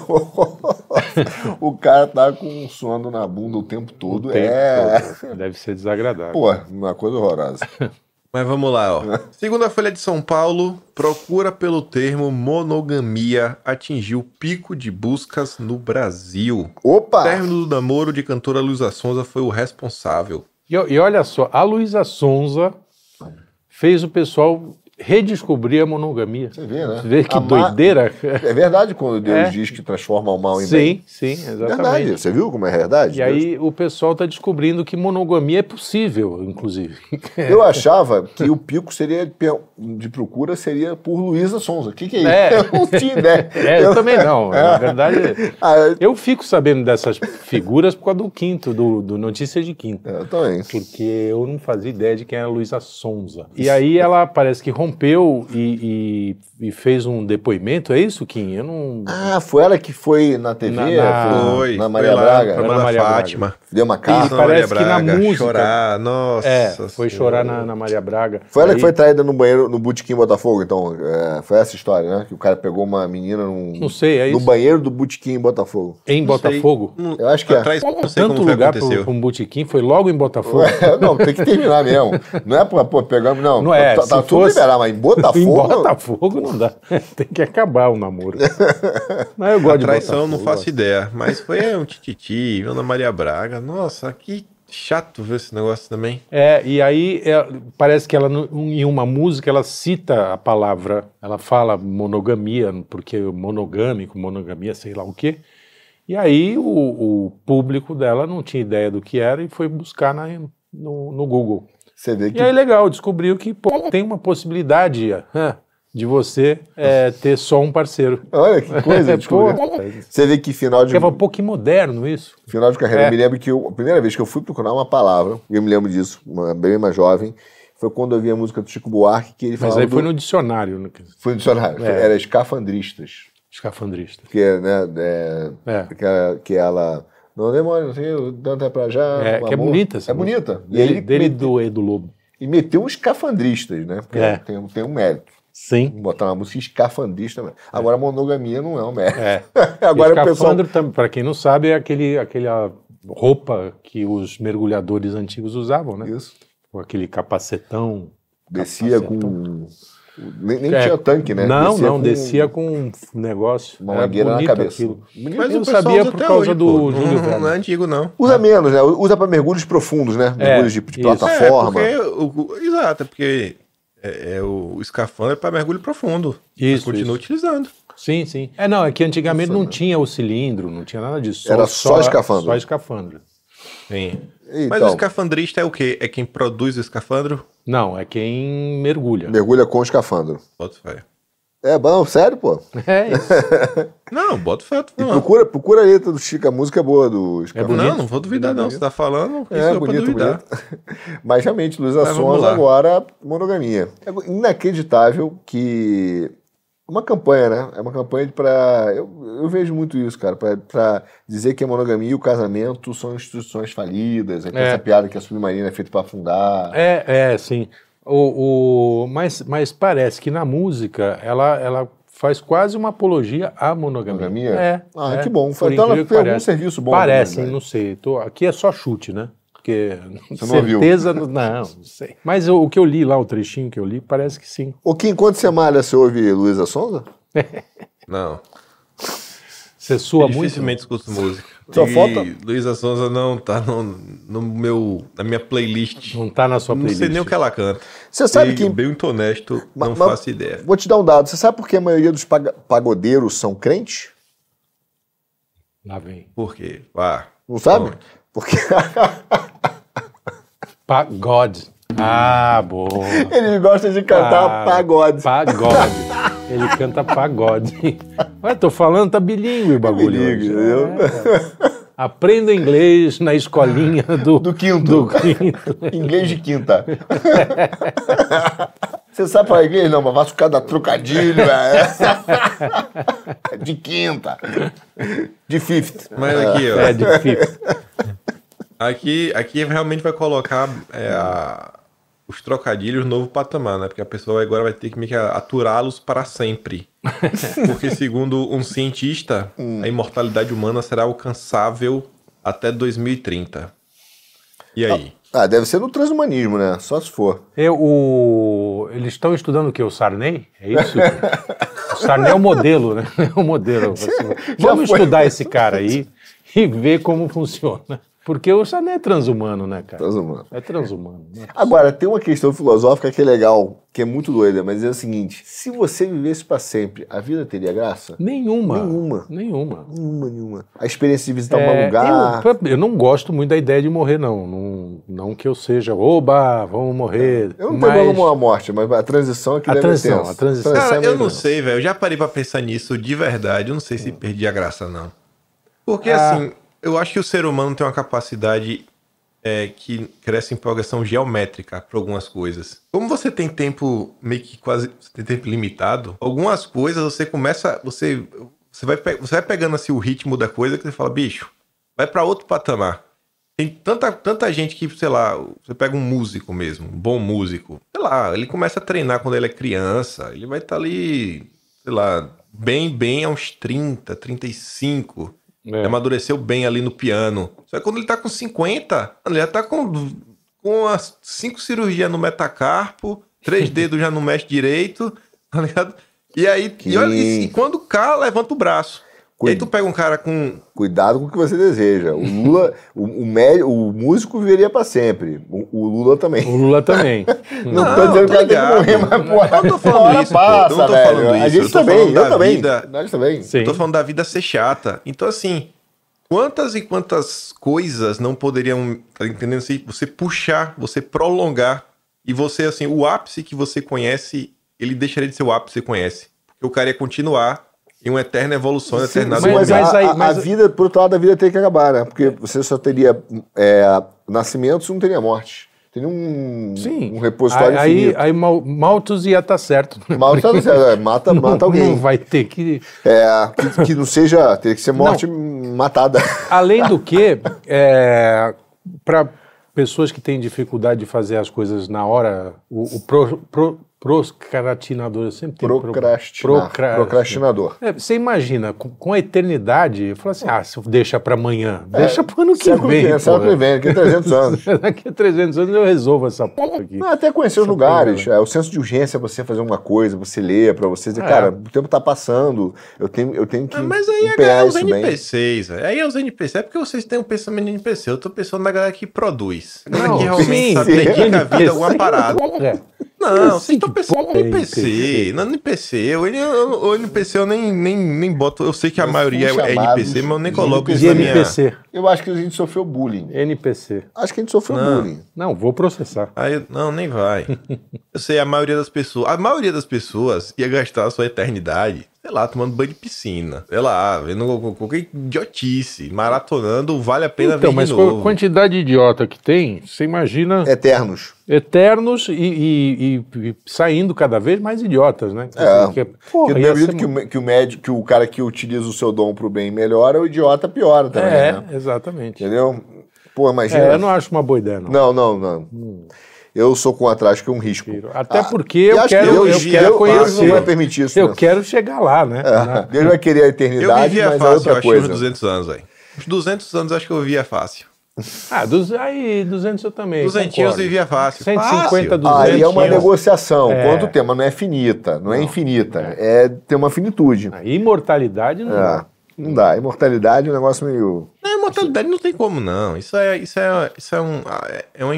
o cara tá com suando na bunda o tempo todo.
O tempo
é.
todo. Deve ser desagradável.
Pô, uma coisa horrorosa.
Mas vamos lá, ó. Segundo a Folha de São Paulo, procura pelo termo monogamia atingiu pico de buscas no Brasil. O
Opa!
término do namoro de cantora Luísa Sonza foi o responsável.
E, e olha só, a Luísa Sonza fez o pessoal redescobrir a monogamia.
Você vê, né?
Você vê que
A ma-
doideira.
É verdade quando Deus
É.
diz que transforma o mal em bem.
Sim, sim, exatamente.
Verdade. Você viu como é verdade?
E aí o pessoal está descobrindo que monogamia é possível, inclusive.
Eu achava que o pico seria pe- de procura seria por Luísa Sonza. O que, que é isso?
É.
Eu não tinha ideia.
É, eu também não. Na verdade,
Ah, eu-
eu fico sabendo dessas figuras por causa do quinto, do, do Notícia de Quinta.
É.
eu também.
Porque eu não fazia ideia de quem era a Luísa Sonza. E aí ela parece que rompeu e, e- e fez um depoimento, é isso, Kim? Eu não.
Ah, foi ela que foi na TV?
Na- na-
foi
foi.
na
foi
Ah, Maria
lá no
Braga?
programa
Ana
da
Maria Braga.
Fátima.
Deu uma
Isso,
carta.
na
parece que na música-
Chorar, nossa.
É, foi
Senhora.
chorar na, na Maria Braga.
Foi ela
Aí-
que foi traída no banheiro, no Botequim Botafogo, então. é, foi essa história, né? Que o cara pegou uma menina num-
Não sei, é
no
isso.
banheiro do Botequim em Botafogo.
Em
Não sei.
Botafogo?
Não-
Eu acho que é.
Atrás, não sei
Tanto
como foi que
lugar para
aconteceu.
um botequim foi logo em Botafogo.
Ué, não, tem que terminar mesmo. Não é pra, pô, pegamos, não.
Não é,
Tá,
se
tá tudo
fosse-
liberado, mas em
em
Botafogo.
Botafogo não dá. Tem que acabar o namoro. Mas eu gosto
A traição,
de Botafogo,
não
eu
faço
gosto.
ideia. Mas foi um tititi, Ana Maria Braga. Nossa, que chato ver esse negócio também.
É, e aí é, parece que ela, no- um, em uma música, ela cita a palavra, ela fala monogamia, porque monogâmico, monogamia, sei lá o quê. E aí o, o público dela não tinha ideia do que era e foi buscar na- no, no Google.
Você vê que.
E aí legal, descobriu que pô, tem uma possibilidade hã, de você é, ter só um parceiro.
Olha que coisa,
É, Pô,
desculpa. Você vê que final de,
eu falo, pô, que um moderno isso.
final de carreira.
É.
Eu me lembro que eu- a primeira vez que eu fui procurar uma palavra, e eu me lembro disso, uma- bem mais jovem, foi quando eu vi a música do Chico Buarque, que ele
Mas
falava.
aí foi
do-
no dicionário, né, no
foi no dicionário.
É.
Era escafandristas.
escafandrista.
Porque, né, é,
É.
que, ela- que ela. Não demora, não sei, o tanto é pra já.
É,
o
que é
amor."
bonita essa
É
música.
bonita. E
Dele,
ele
dele
mete-
do Edu Lobo.
e meteu um escafandristas, né? Porque
É.
tem, um- tem um mérito.
Sim.
Botar uma música escafandrista. né? Agora, monogamia não é um mérito.
É.
Agora, o pessoal.
Escafandro, tam- pra quem não sabe, é aquele, aquela roupa que os mergulhadores antigos usavam, né?
Isso.
Com aquele capacetão.
Descia
capacetão.
com. Nem, nem
então. É.
tinha tanque, né?
Não,
descia
não,
com
descia com um negócio.
Uma
Era
mangueira na
bonito
cabeça.
aquilo.
Bonito.
Mas eu
o pessoal
sabia
usa
por
até
causa do
pô.
Uhum.
Júlio
não, não
Verne.
é antigo, não.
Usa menos, né? Usa para mergulhos profundos, né? Mergulhos de, de
É, isso.
plataforma.
É, porque, o- o- exato, é porque é, é o, o escafandro é para mergulho profundo. Mas
Isso,
Continua
isso.
utilizando.
Sim, sim. É, não, é que antigamente não tinha o cilindro, não tinha nada disso.
Era só escafandro.
Só escafandro.
Sim.
Então,
Mas o escafandrista é o quê? É quem produz o escafandro?
Não, é quem mergulha.
mergulha com escafandro.
Bota fé.
É bom, sério, pô.
É isso.
Não, bota fé. tô
E
falando.
procura, procura a letra do Chico, a música é boa do Escafandro.
bonito.
Não, não vou duvidar, não. Você tá falando, isso
É,
é, pra
bonito,
duvidar.
bonito. Mas realmente, Luiz
Mas vamos
Assunção
lá.
agora monogamia. É inacreditável que. Uma campanha, né? É uma campanha para. Eu, eu vejo muito isso, cara, para dizer que a monogamia e o casamento são instituições falidas. Aí tem
É.
essa piada que a submarina é feita para afundar.
É, é, sim. O, o, mas, mas parece que na música ela, ela faz quase uma apologia à monogamia.
Monogamia?
É.
Ah,
é.
que bom.
Por
Então ela
incrível que
fez algum
pareça.
serviço bom.
Parece,
né?
não sei. Tô, aqui é só chute, né? Porque
Você não ouviu.
certeza não, não, não sei. Mas o, o que eu li lá, o trechinho que eu li, parece que sim.
O que enquanto você malha, você ouve Luísa Sonza?
Não.
Você sua
Eu
muito.
dificilmente escuto música.
Só
e
falta-
Luísa Sonza não tá no, no meu, na minha playlist.
Não tá na sua
Não
playlist.
sei nem o que ela canta.
Você sabe
e,
que-
Bem muito honesto,
Ma-
não
ma-
faço ideia.
Vou te dar um dado. Você sabe por que a maioria dos paga- pagodeiros são crentes?
Lá vem.
Por quê? Vá.
Não sabe?
Bom,
Porque
Pagode. Ah, boa.
eles gostam de cantar
Ah,
pagode.
Pagode. Ele canta pagode. Ué, tô falando, tá bilíngue o bagulho.
Bilíngue, né?
hoje.
entendeu?
É, cara. Aprenda inglês na escolinha do,
Do quinto.
do quinto.
Inglês de quinta. Você sabe falar inglês? Não, mas vai ficar da trocadilho. é. De quinta. De fifth.
Mas aqui, ó.
É, de fifth.
Aqui, aqui realmente vai colocar é, a- os trocadilhos no novo patamar, né? Porque a pessoa agora vai ter que meio que aturá-los para sempre. Porque, segundo um cientista,
Hum.
a imortalidade humana será alcançável até 2030. E aí?
Ah, deve ser no transhumanismo, né? Só se for.
Eu, o... Eles estão estudando o quê? O Sarney? É isso? o Sarney é o modelo, né? É o modelo. Assim,
já
vamos
foi.
estudar esse cara aí e ver como funciona. Porque o Sarney é transhumano, né, cara?
Transhumano.
É transhumano. né?
Agora, tem uma questão filosófica que é legal, que é muito doida, mas é o seguinte: se você vivesse pra sempre, a vida teria graça?
Nenhuma.
Nenhuma.
Nenhuma.
Nenhuma, nenhuma. A experiência de visitar
É,
um lugar.
Eu, eu não gosto muito da ideia de morrer, não. Não, não que eu seja, oba, vamos morrer.
É, Eu não tenho
mas...
problema com a morte, mas a transição é que
A
deve
transição,
ter.
Ah, a transição.
Cara,
é
eu não
meio-
sei, velho. Eu já parei pra pensar nisso de verdade. Eu não sei se
Hum.
perdi a graça, não. Porque,
Ah.
assim, eu acho que o ser humano tem uma capacidade é, que cresce em progressão geométrica para algumas coisas. Como você tem tempo meio que quase. Você tem tempo limitado, algumas coisas você começa. Você, você, vai, pe- você vai pegando assim, o ritmo da coisa que você fala, bicho, vai para outro patamar. Tem tanta, tanta gente que, sei lá, você pega um músico mesmo, um bom músico. Sei lá, ele começa a treinar quando ele é criança. Ele vai estar ali, sei lá, bem, bem aos 30, 35.
É.
Amadureceu bem ali no piano. Só que quando ele tá com 50, mano, ele já tá com, com as cinco cirurgias no metacarpo, três dedos já não mexe direito, tá ligado? E aí, e, olha, e- e quando cá, levanta o braço. E aí tu pega um cara com
Cuidado com o que você deseja. O Lula, o, o, médio- o músico viveria pra sempre. O, o Lula também.
O Lula também.
Não,
Não,
tô dizendo
tô
que ela tem que
ligado.
morrer, mas porra,
Eu não tô falando
uma hora
isso, pô. Eu
passa,
não tô
velho.
falando
A
isso.
gente
Eu tô
também,
falando
eu
da
também.
vida.
Nós também.
Sim.
Eu tô falando da vida ser chata. Então, assim, quantas e quantas coisas não poderiam, tá entendendo? Se você puxar, você prolongar. E você, assim, o ápice que você conhece, ele deixaria de ser o ápice que você conhece. Porque o cara ia continuar em uma eterna evolução, um
Sim,
eterno
mas,
mas
a,
aí-
a-
mas-
a vida, por outro lado, a vida tem que acabar, né? Porque você só teria é, nascimentos e não teria morte. Teria um,
Sim.
um repositório
aí,
infinito.
Aí Mal, Malthus ia estar certo.
Mal tá no céu, é, mata, mata
Não
alguém.
vai ter que.
É, que, que não seja. Teria que ser morte matada.
Além do que, para pessoas que têm dificuldade de fazer as coisas na hora, o, o pro, pro, proscratinador, eu sempre tenho um pro-
Procrastinar.
procra-
Procrastinador.
É, você imagina, com, com a eternidade, eu falo assim, ah, se eu deixa para amanhã,
É,
deixa para ano que né?
século
vem.
que vem, século
porra.
que é? vem, daqui a 300 anos.
Daqui a 300 anos eu resolvo essa porra aqui.
Não, até conhecer os
Essa né?
lugares. É, o senso de urgência é você fazer uma coisa, você ler, pra você dizer,
É.
cara, o tempo tá passando, eu tenho, eu tenho que.
Ah, mas aí é,
empenhar
galera, os
isso bem.
NPCs, velho. aí é os NPCs. É porque vocês têm um pensamento de NPC. Eu tô pensando na galera que produz. A galera
Não,
que realmente
sim,
sabe
sim.
dedica a vida a alguma parada.
Porra.
Não,
Eu
vocês
sei
então
estão
que
pensando
porra
no
é
NPC.
NPC.
No NPC. Eu, ele, eu- o NPC eu nem, nem, nem boto. Eu sei que a
Eles
maioria
são
é
chamados
NPC, mas eu nem
de
coloco isso
De
na minha.
NPC.
Eu acho que a gente sofreu bullying.
NPC.
Acho que a gente sofreu
Não.
bullying.
Não, vou processar.
Aí, eu- não, nem vai. Eu sei, a maioria das pessoas. A maioria das pessoas ia gastar a sua eternidade, sei lá, tomando banho de piscina. Sei lá, vendo qualquer idiotice, maratonando, vale a pena
Então,
ver
mas
de
com a
novo.
quantidade de idiota que tem, você imagina
Eternos.
eternos e, e- e- e saindo cada vez mais idiotas, né?
É.
Que-
Porque
porra,
do
ia
mesmo
ser
jeito que o, mé- que o médico, que o cara que utiliza o seu dom pro bem melhora, o idiota piora
mu-
também, né?
É, exatamente.
Entendeu? Pô, imagina.
É, eu não acho uma boa ideia, não.
Não, não, não. Eu sou com atrás que é um risco.
Até
Ah,
porque
e
eu
acho que
quero,
Deus-
eu quero
Deus- Deus
conhecer.
não vai permitir isso.
eu
né?
quero chegar lá, né?
É, Deus vai querer a
Eu
eternidade,
vivia
mas é
fácil, eu
outra
acho, uns
coisa.
200 anos, velho. Uns 200 anos eu acho que eu vivia fácil.
Ah, dos, aí, 200 eu também.
200 eu
concordo.
vivia fácil.
150,
Fácil.
200.
Aí é uma
Duzentinhos.
negociação.
É.
Quanto tempo? Mas Não é finita, não, é infinita. É ter uma finitude.
Ah, Imortalidade não.
É, Não dá. Imortalidade é um negócio meio.
Não, imortalidade não tem como, não. Isso é, isso é, isso é, um, é uma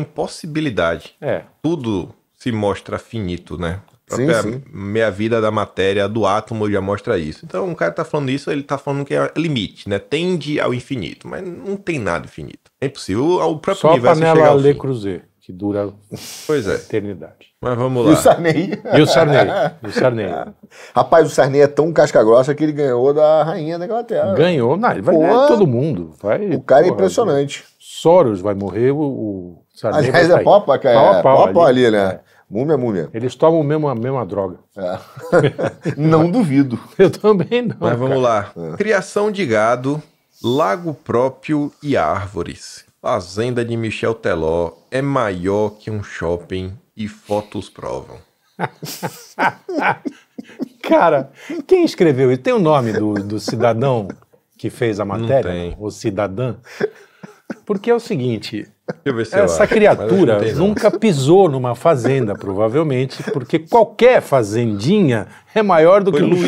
impossibilidade.
É.
Tudo se mostra finito, né? A
Sim,
própria
sim.
meia vida da matéria, do átomo já mostra isso. Então, o cara tá falando isso, ele tá falando que é limite, né? Tende ao infinito, mas não tem nada infinito. É impossível. O próprio
Só a
universo chegar
panela
ao
Le
fim.
Creuset, que dura
Pois é.
eternidade.
Mas vamos
E o
lá.
Sarney.
E o Sarney. e o Sarney.
Rapaz, o Sarney é tão casca-grossa que ele ganhou da rainha da Inglaterra.
Ganhou. Não, ele vai
Porra.
ganhar todo mundo. Vai,
O cara é
porra,
impressionante.
Soros vai morrer, o, o Sarney
Aliás,
vai
é
sair.
pau a pau, cara.
Pau
É
a
pau
pau
a pau
ali.
ali, né? Múmia, múmia.
Eles tomam mesmo, a mesma droga.
É. Não duvido.
Eu também não.
Mas vamos lá.
Ah.
Criação de gado, lago próprio e árvores. Fazenda de Michel Teló é maior que um shopping e fotos provam.
Cara, quem escreveu isso? Tem o nome do, do cidadão que fez a matéria?
tem.
O cidadã? Porque é o seguinte,
Deixa eu ver se eu
Essa
acho, mas
criatura
acho que não tem, não.
nunca pisou numa fazenda, provavelmente, porque qualquer fazendinha é maior do
Foi
que um
Luísa,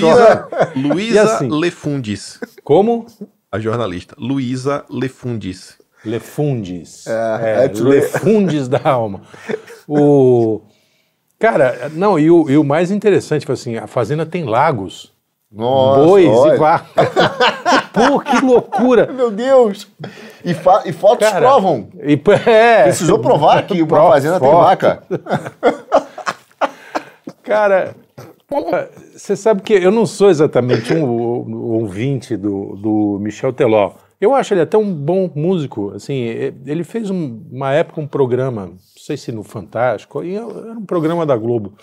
shopping. E
Luísa
assim?
Lefundis,
Como?
a jornalista. Luísa Lefundis.
Lefundes.
É,
É,
é tudo-
Lefundes da alma. O... Cara, não, e o, e o mais interessante, tipo assim, a fazenda tem lagos,
Nossa,
bois
olha.
e vaca. Pô, que loucura!
Meu Deus! E, fa- e fotos
Cara,
provam.
E, é,
Precisou provar que uma
Prova-
fazenda tem
foto.
vaca.
Cara, porra, você sabe que eu não sou exatamente um, um ouvinte do, do Michel Teló. Eu acho ele até um bom músico. Assim, e- ele fez um- uma época um programa, não sei se no Fantástico, e era um programa da Globo,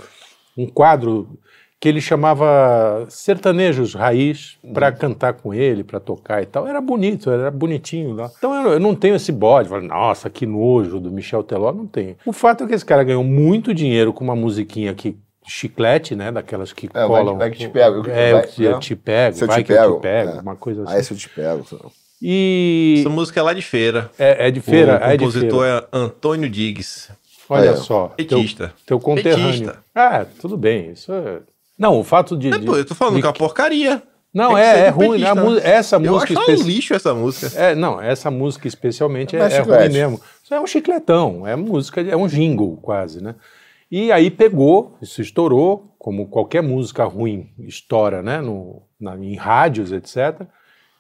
um quadro que ele chamava sertanejos raiz para cantar com ele, para tocar e tal. Era bonito, era bonitinho lá. Então eu, eu não tenho esse bode, falo, nossa, que nojo do Michel Teló, não tenho. O fato é que esse cara ganhou muito dinheiro com uma musiquinha que chiclete, né, daquelas que
É, vai-
colam.
vai que te pego.
É,
Vai-
eu te, eu
né?
te pego,
Se eu
vai
te
que eu
pego,
te pego,
é.
uma coisa assim.
Aí se eu te pego.
E
Essa música é lá de feira.
é, é de feira,
o
é de
compositor
feira.
é, Antônio Diggs,
Olha
É.
só, teu,
petista.
teu conterrâneo.
Petista.
Ah, tudo bem, isso é... Não, o fato de...
É,
de-
pô, eu tô falando
de
que é uma porcaria. Tem
Não,
que
é,
ser
é
do
ruim. né? A
petista.
mu- essa
Eu
música
acho ela um
especi-
lixo essa música.
é, não, essa música especialmente é,
Mas
é ruim
chiclete.
mesmo. Isso é um chicletão, é música, de- é um jingle quase, né? E aí pegou, isso estourou, como qualquer música ruim estoura, né? No, na- em rádios, etc.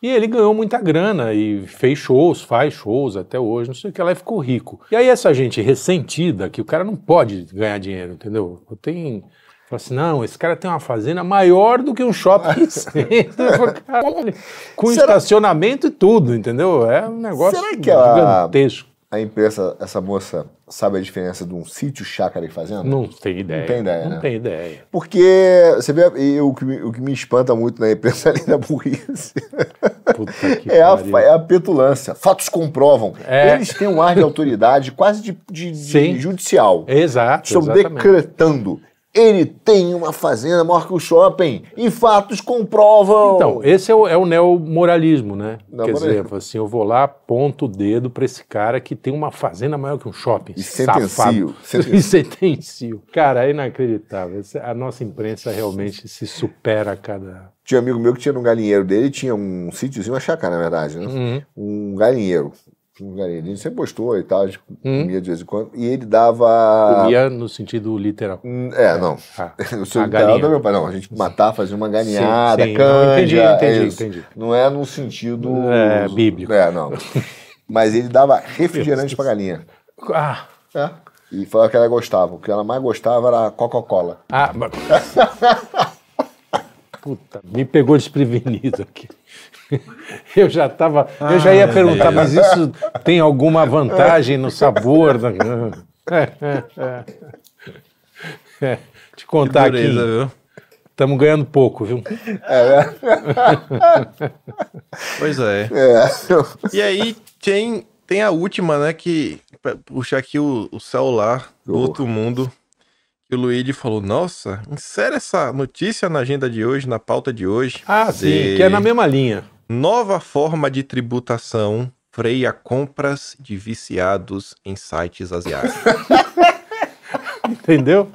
E ele ganhou muita grana e fez shows, faz shows até hoje, não sei o que lá, e ficou rico. E aí essa gente ressentida, que o cara não pode ganhar dinheiro, entendeu? Tem... Fala assim, não, esse cara tem uma fazenda maior do que um shopping center. Eu falo, "Caralho, com
Será-
estacionamento e tudo, entendeu? É um negócio
Será que ela-
gigantesco.
A imprensa, essa moça, sabe a diferença de um sítio, chácara e fazenda?
Não tem ideia.
tem ideia,
Não
né?
tem ideia.
Porque, você vê, e o que, me, o que me espanta muito na imprensa além da burrice
Puta que
é a,
pariu.
fa- é a petulância. Fatos comprovam.
É.
Eles têm um ar de autoridade quase de, de- de
Sim.
judicial.
Exato,
Estão
exatamente.
decretando. Ele tem uma fazenda maior que o shopping. E fatos comprovam.
Então, esse é o, é o neomoralismo, né?
Não,
Quer
moralismo.
dizer, assim, eu vou lá, aponto o dedo pra esse cara que tem uma fazenda maior que um shopping.
E sentencio,
safado.
sentencio.
E sentencio. Cara, é inacreditável. Esse- A nossa imprensa realmente se supera a cada.
Tinha um amigo meu que tinha no galinheiro dele, tinha um sítiozinho, uma chácara, na verdade, né?
Uhum.
Um galinheiro. Um galinheirinho, sempre postou e tal, a gente comia de vez em quando. E ele dava.
Uhum. Comia no sentido literal.
Hum, É, não.
Ah,
O seu
a
literal
galinha.
do meu pai. Não, a gente matar, fazer uma
Sim,
galinhada,
sim.
canja.
Não, entendi,
é
entendi,
isso.
entendi.
Não é num sentido.
É, bíblico.
É, não. Mas ele dava refrigerante pra galinha.
Ah,
É. E falava que ela gostava. O que ela mais gostava era a Coca-Cola.
ah, mas- Puta, me pegou desprevenido aqui. Eu já tava, eu já ia perguntar, mas isso tem alguma vantagem no sabor? da- É, é. Te contar aqui,
Dureza, viu?
estamos ganhando pouco, viu?
Pois é.
É.
E aí tem, tem a última, né? Que pra puxar aqui o, o celular do
Horror.
outro mundo. Que o Luigi falou: Nossa, insere essa notícia na agenda de hoje, na pauta de hoje.
Ah, sim,
De
que é na mesma linha.
Nova forma de tributação freia compras de viciados em sites asiáticos.
Entendeu?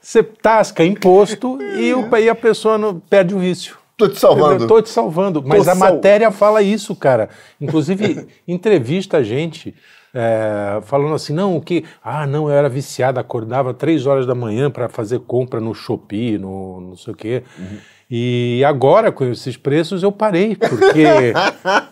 Você tasca imposto e, o, e a pessoa não, perde o vício.
Tô te
Eu
salvando.
tô te salvando. Mas a
sal-
matéria fala isso, cara. Inclusive, entrevista a gente é, falando assim, não, o que... Ah, não, eu era viciado, acordava três horas da manhã para fazer compra no Shopee, no não sei o quê.
Uhum.
E agora, com esses preços, eu parei, porque...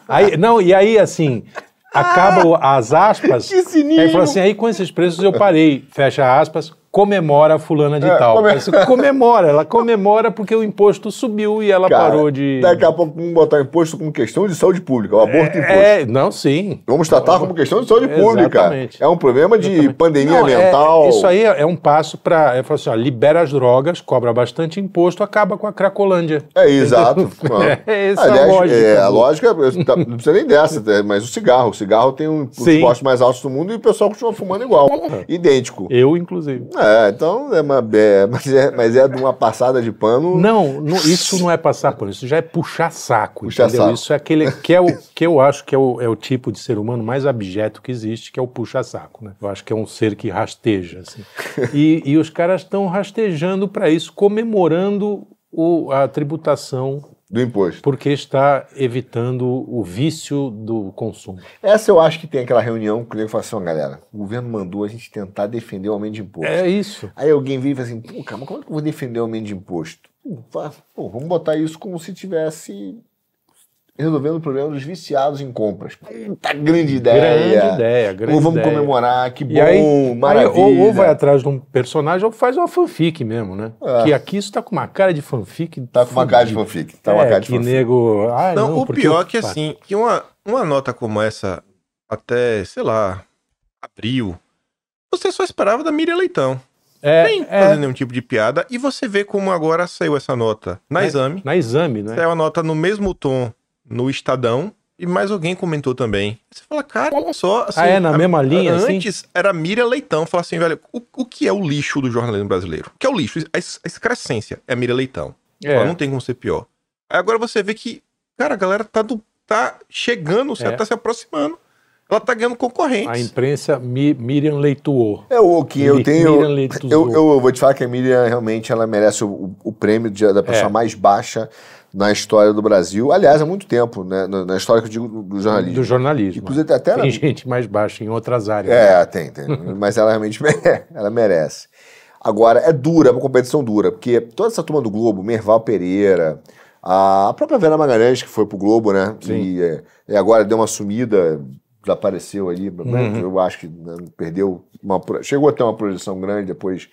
aí, não, e aí, assim... Acabam as aspas.
Que cinismo!
Aí fala assim: aí com esses preços eu parei. Fecha aspas, comemora a fulana de
É,
tal.
come-
Isso, Comemora, ela comemora porque o imposto subiu e ela
Cara,
parou de.
Daqui a pouco vamos botar imposto como questão de saúde pública, o aborto imposto.
É, não, sim.
Vamos tratar como questão de saúde pública.
Exatamente.
É um problema de pandemia
Não, é-
mental.
isso aí é um passo para. É falar assim: ó, libera as drogas, cobra bastante imposto, acaba com a Cracolândia.
É, exato. Não.
É, essa é a
Aliás,
lógica
é, a
do-
lógica, eu- tá- não precisa nem dessa, tá? mas o cigarro. O cigarro tem um, os
Sim.
postos mais altos do mundo É. e o pessoal continua fumando igual. Idêntico.
Eu, inclusive.
É, É, então, é uma, é, mas, é, mas é de uma passada de pano.
Não, não, isso não é passar pano, isso já é puxar saco,
Puxar
entendeu?
saco.
Isso é aquele que, é o, que eu acho que é o, é o tipo de ser humano mais abjeto que existe, que é o puxar saco, né? Eu acho que é um ser que rasteja, assim. E, e os caras estão rastejando para isso, comemorando o- a tributação,
Do imposto.
porque está evitando o vício do consumo.
Essa eu acho que tem aquela reunião que o nego fala assim, ó, galera, o governo mandou a gente tentar defender o aumento de imposto.
É isso.
Aí alguém vem e fala assim, pô, cara, mas como é que eu vou defender o aumento de imposto? Pô, fa- pô, vamos botar isso como se tivesse resolvendo o problema dos viciados em compras. Puta, grande ideia.
Grande ideia, grande
Ou vamos
ideia.
comemorar, que bom,
E aí,
maravilha.
aí ou, ou vai atrás de um personagem ou faz uma fanfic mesmo, né?
É.
Que aqui isso tá com uma cara de fanfic.
Tá com uma cara de
fudida.
fanfic. Tá uma
é,
cara de
que
fanfic.
nego. Ah, não,
Não, o
porque
pior é
eu-
que assim, que uma, uma nota como essa, até, sei lá, abril, você só esperava da Miriam Leitão.
É,
Nem
é,
fazer nenhum tipo de piada. E você vê como agora saiu essa nota na
É.
exame.
na exame, né?
Saiu a nota no mesmo tom no Estadão. E mais alguém comentou também. Você fala, cara, olha só. assim,
Ah, é na
a-
mesma linha, assim?
Antes era Miriam Leitão. Fala assim, velho, o, o que é o lixo do jornalismo brasileiro? O que é o lixo? A, es- a excrescência é a Miriam Leitão.
É.
Fala, não tem como ser pior. Aí agora você vê que, cara, a galera tá, do- tá chegando,
É.
tá se aproximando. Ela tá ganhando
A
concorrentes.
imprensa Mi, Miriam leituou.
É o que eu
Miriam
tenho.
Leituzou.
Eu, eu vou te falar que a Miriam realmente ela merece o, o prêmio de- da pessoa
É.
mais baixa na história do Brasil. Aliás, há muito tempo, né? Na, na história que eu digo do, do jornalismo.
Do jornalismo. né?
Inclusive, até na-
Tem gente mais baixa em outras áreas. né?
É, tem, tem. Mas ela realmente mere- ela merece. Agora, é dura, é uma competição dura, porque toda essa turma do Globo, Merval Pereira, a própria Vera Magalhães, que foi pro Globo, né? E, é, e agora deu uma sumida, desapareceu ali, né, eu acho que né, perdeu uma. pro- Chegou a ter uma projeção grande, depois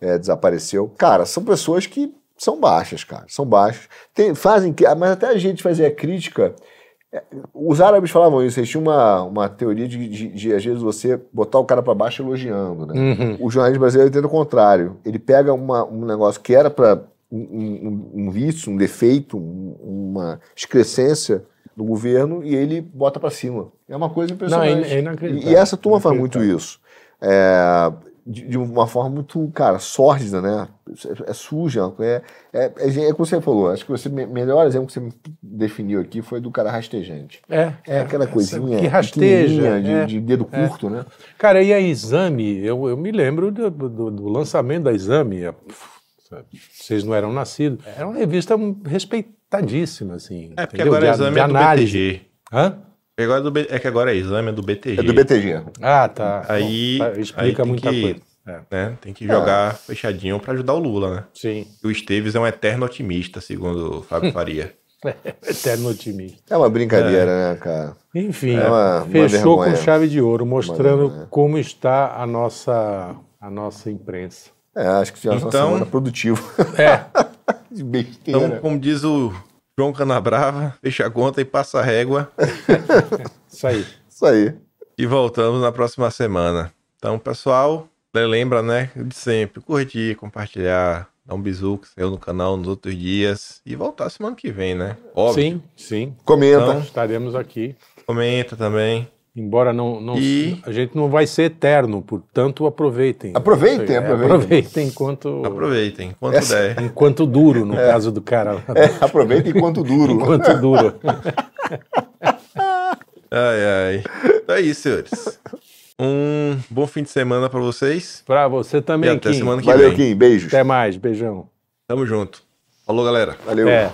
é, desapareceu. Cara, são pessoas que são baixas, cara. São baixas. Tem- fazem, que- mas até a gente fazer a crítica. é, Os árabes falavam isso, eles tinham uma, uma teoria de, de, de, às vezes, você botar o cara pra baixo elogiando, né?
Uhum.
O jornalismo brasileiro tenta o contrário. Ele pega uma- um negócio que era para um, um- um vício, um defeito, um- uma excrescência do governo e ele bota para cima. É uma coisa impressionante.
Não, é in- é inacreditável.
E essa turma faz muito
Inacreditável.
isso. É, de, de uma forma muito, cara, sórdida, né? É, é suja. É, é, é, é como você falou, acho que você, me- melhor exemplo que você me definiu aqui foi do cara rastejante.
É,
É aquela coisinha
Que rasteja.
pequenininha, de,
é.
de dedo curto, né?
Cara, e a Exame? Eu, eu me lembro do, do- do lançamento da Exame. é, pff, sabe, Vocês não eram nascidos. Era uma revista respeitadíssima, assim.
É, porque
entendeu?
agora é
De-
exame
de
é do
análise.
BTG.
Hã?
Agora é, do B- é que agora é exame, é do BTG.
É do BTG.
Ah, tá.
Aí-
Bom, tá,
aí
explica
tem
muita
que-
coisa. É,
né? Tem que jogar fechadinho pra ajudar o Lula, né?
sim,
E O Esteves é um eterno otimista, segundo o Fábio Faria.
eterno otimista.
É uma brincadeira, né, cara?
Enfim,
É uma- uma
fechou
vergonha.
com chave de ouro, mostrando
vergonha.
como está a nossa, a nossa imprensa.
É, acho que já é uma
Então-
semana produtiva.
É,
De besteira.
né?
Então, como diz o João Canabrava, fecha a conta e passa a régua.
isso aí.
Isso aí.
E voltamos na próxima semana. Então, pessoal, né, lembra, né? De sempre, curtir, compartilhar, dar um bisu que saiu no canal nos outros dias. E voltar semana que vem, né? Óbvio. Então,
Sim, sim. Então-
Comenta.
Estaremos aqui.
Comenta também.
Embora não, não
E-
a gente não vai ser eterno, portanto aproveitem.
Aproveitem,
Isso aí, é,
aproveitem.
aproveitem enquanto
Aproveitem, enquanto
Essa-
der.
enquanto duro, no caso do cara, lá.
É, aproveita enquanto duro.
enquanto duro.
Ai, ai. Então é isso, senhores. Um bom fim de semana pra vocês.
Pra você
E
também,
até
Kim.
semana que
Valeu,
vem.
Kim. Beijos.
Até mais, beijão.
Tamo junto. Falou, galera.
Valeu.
É.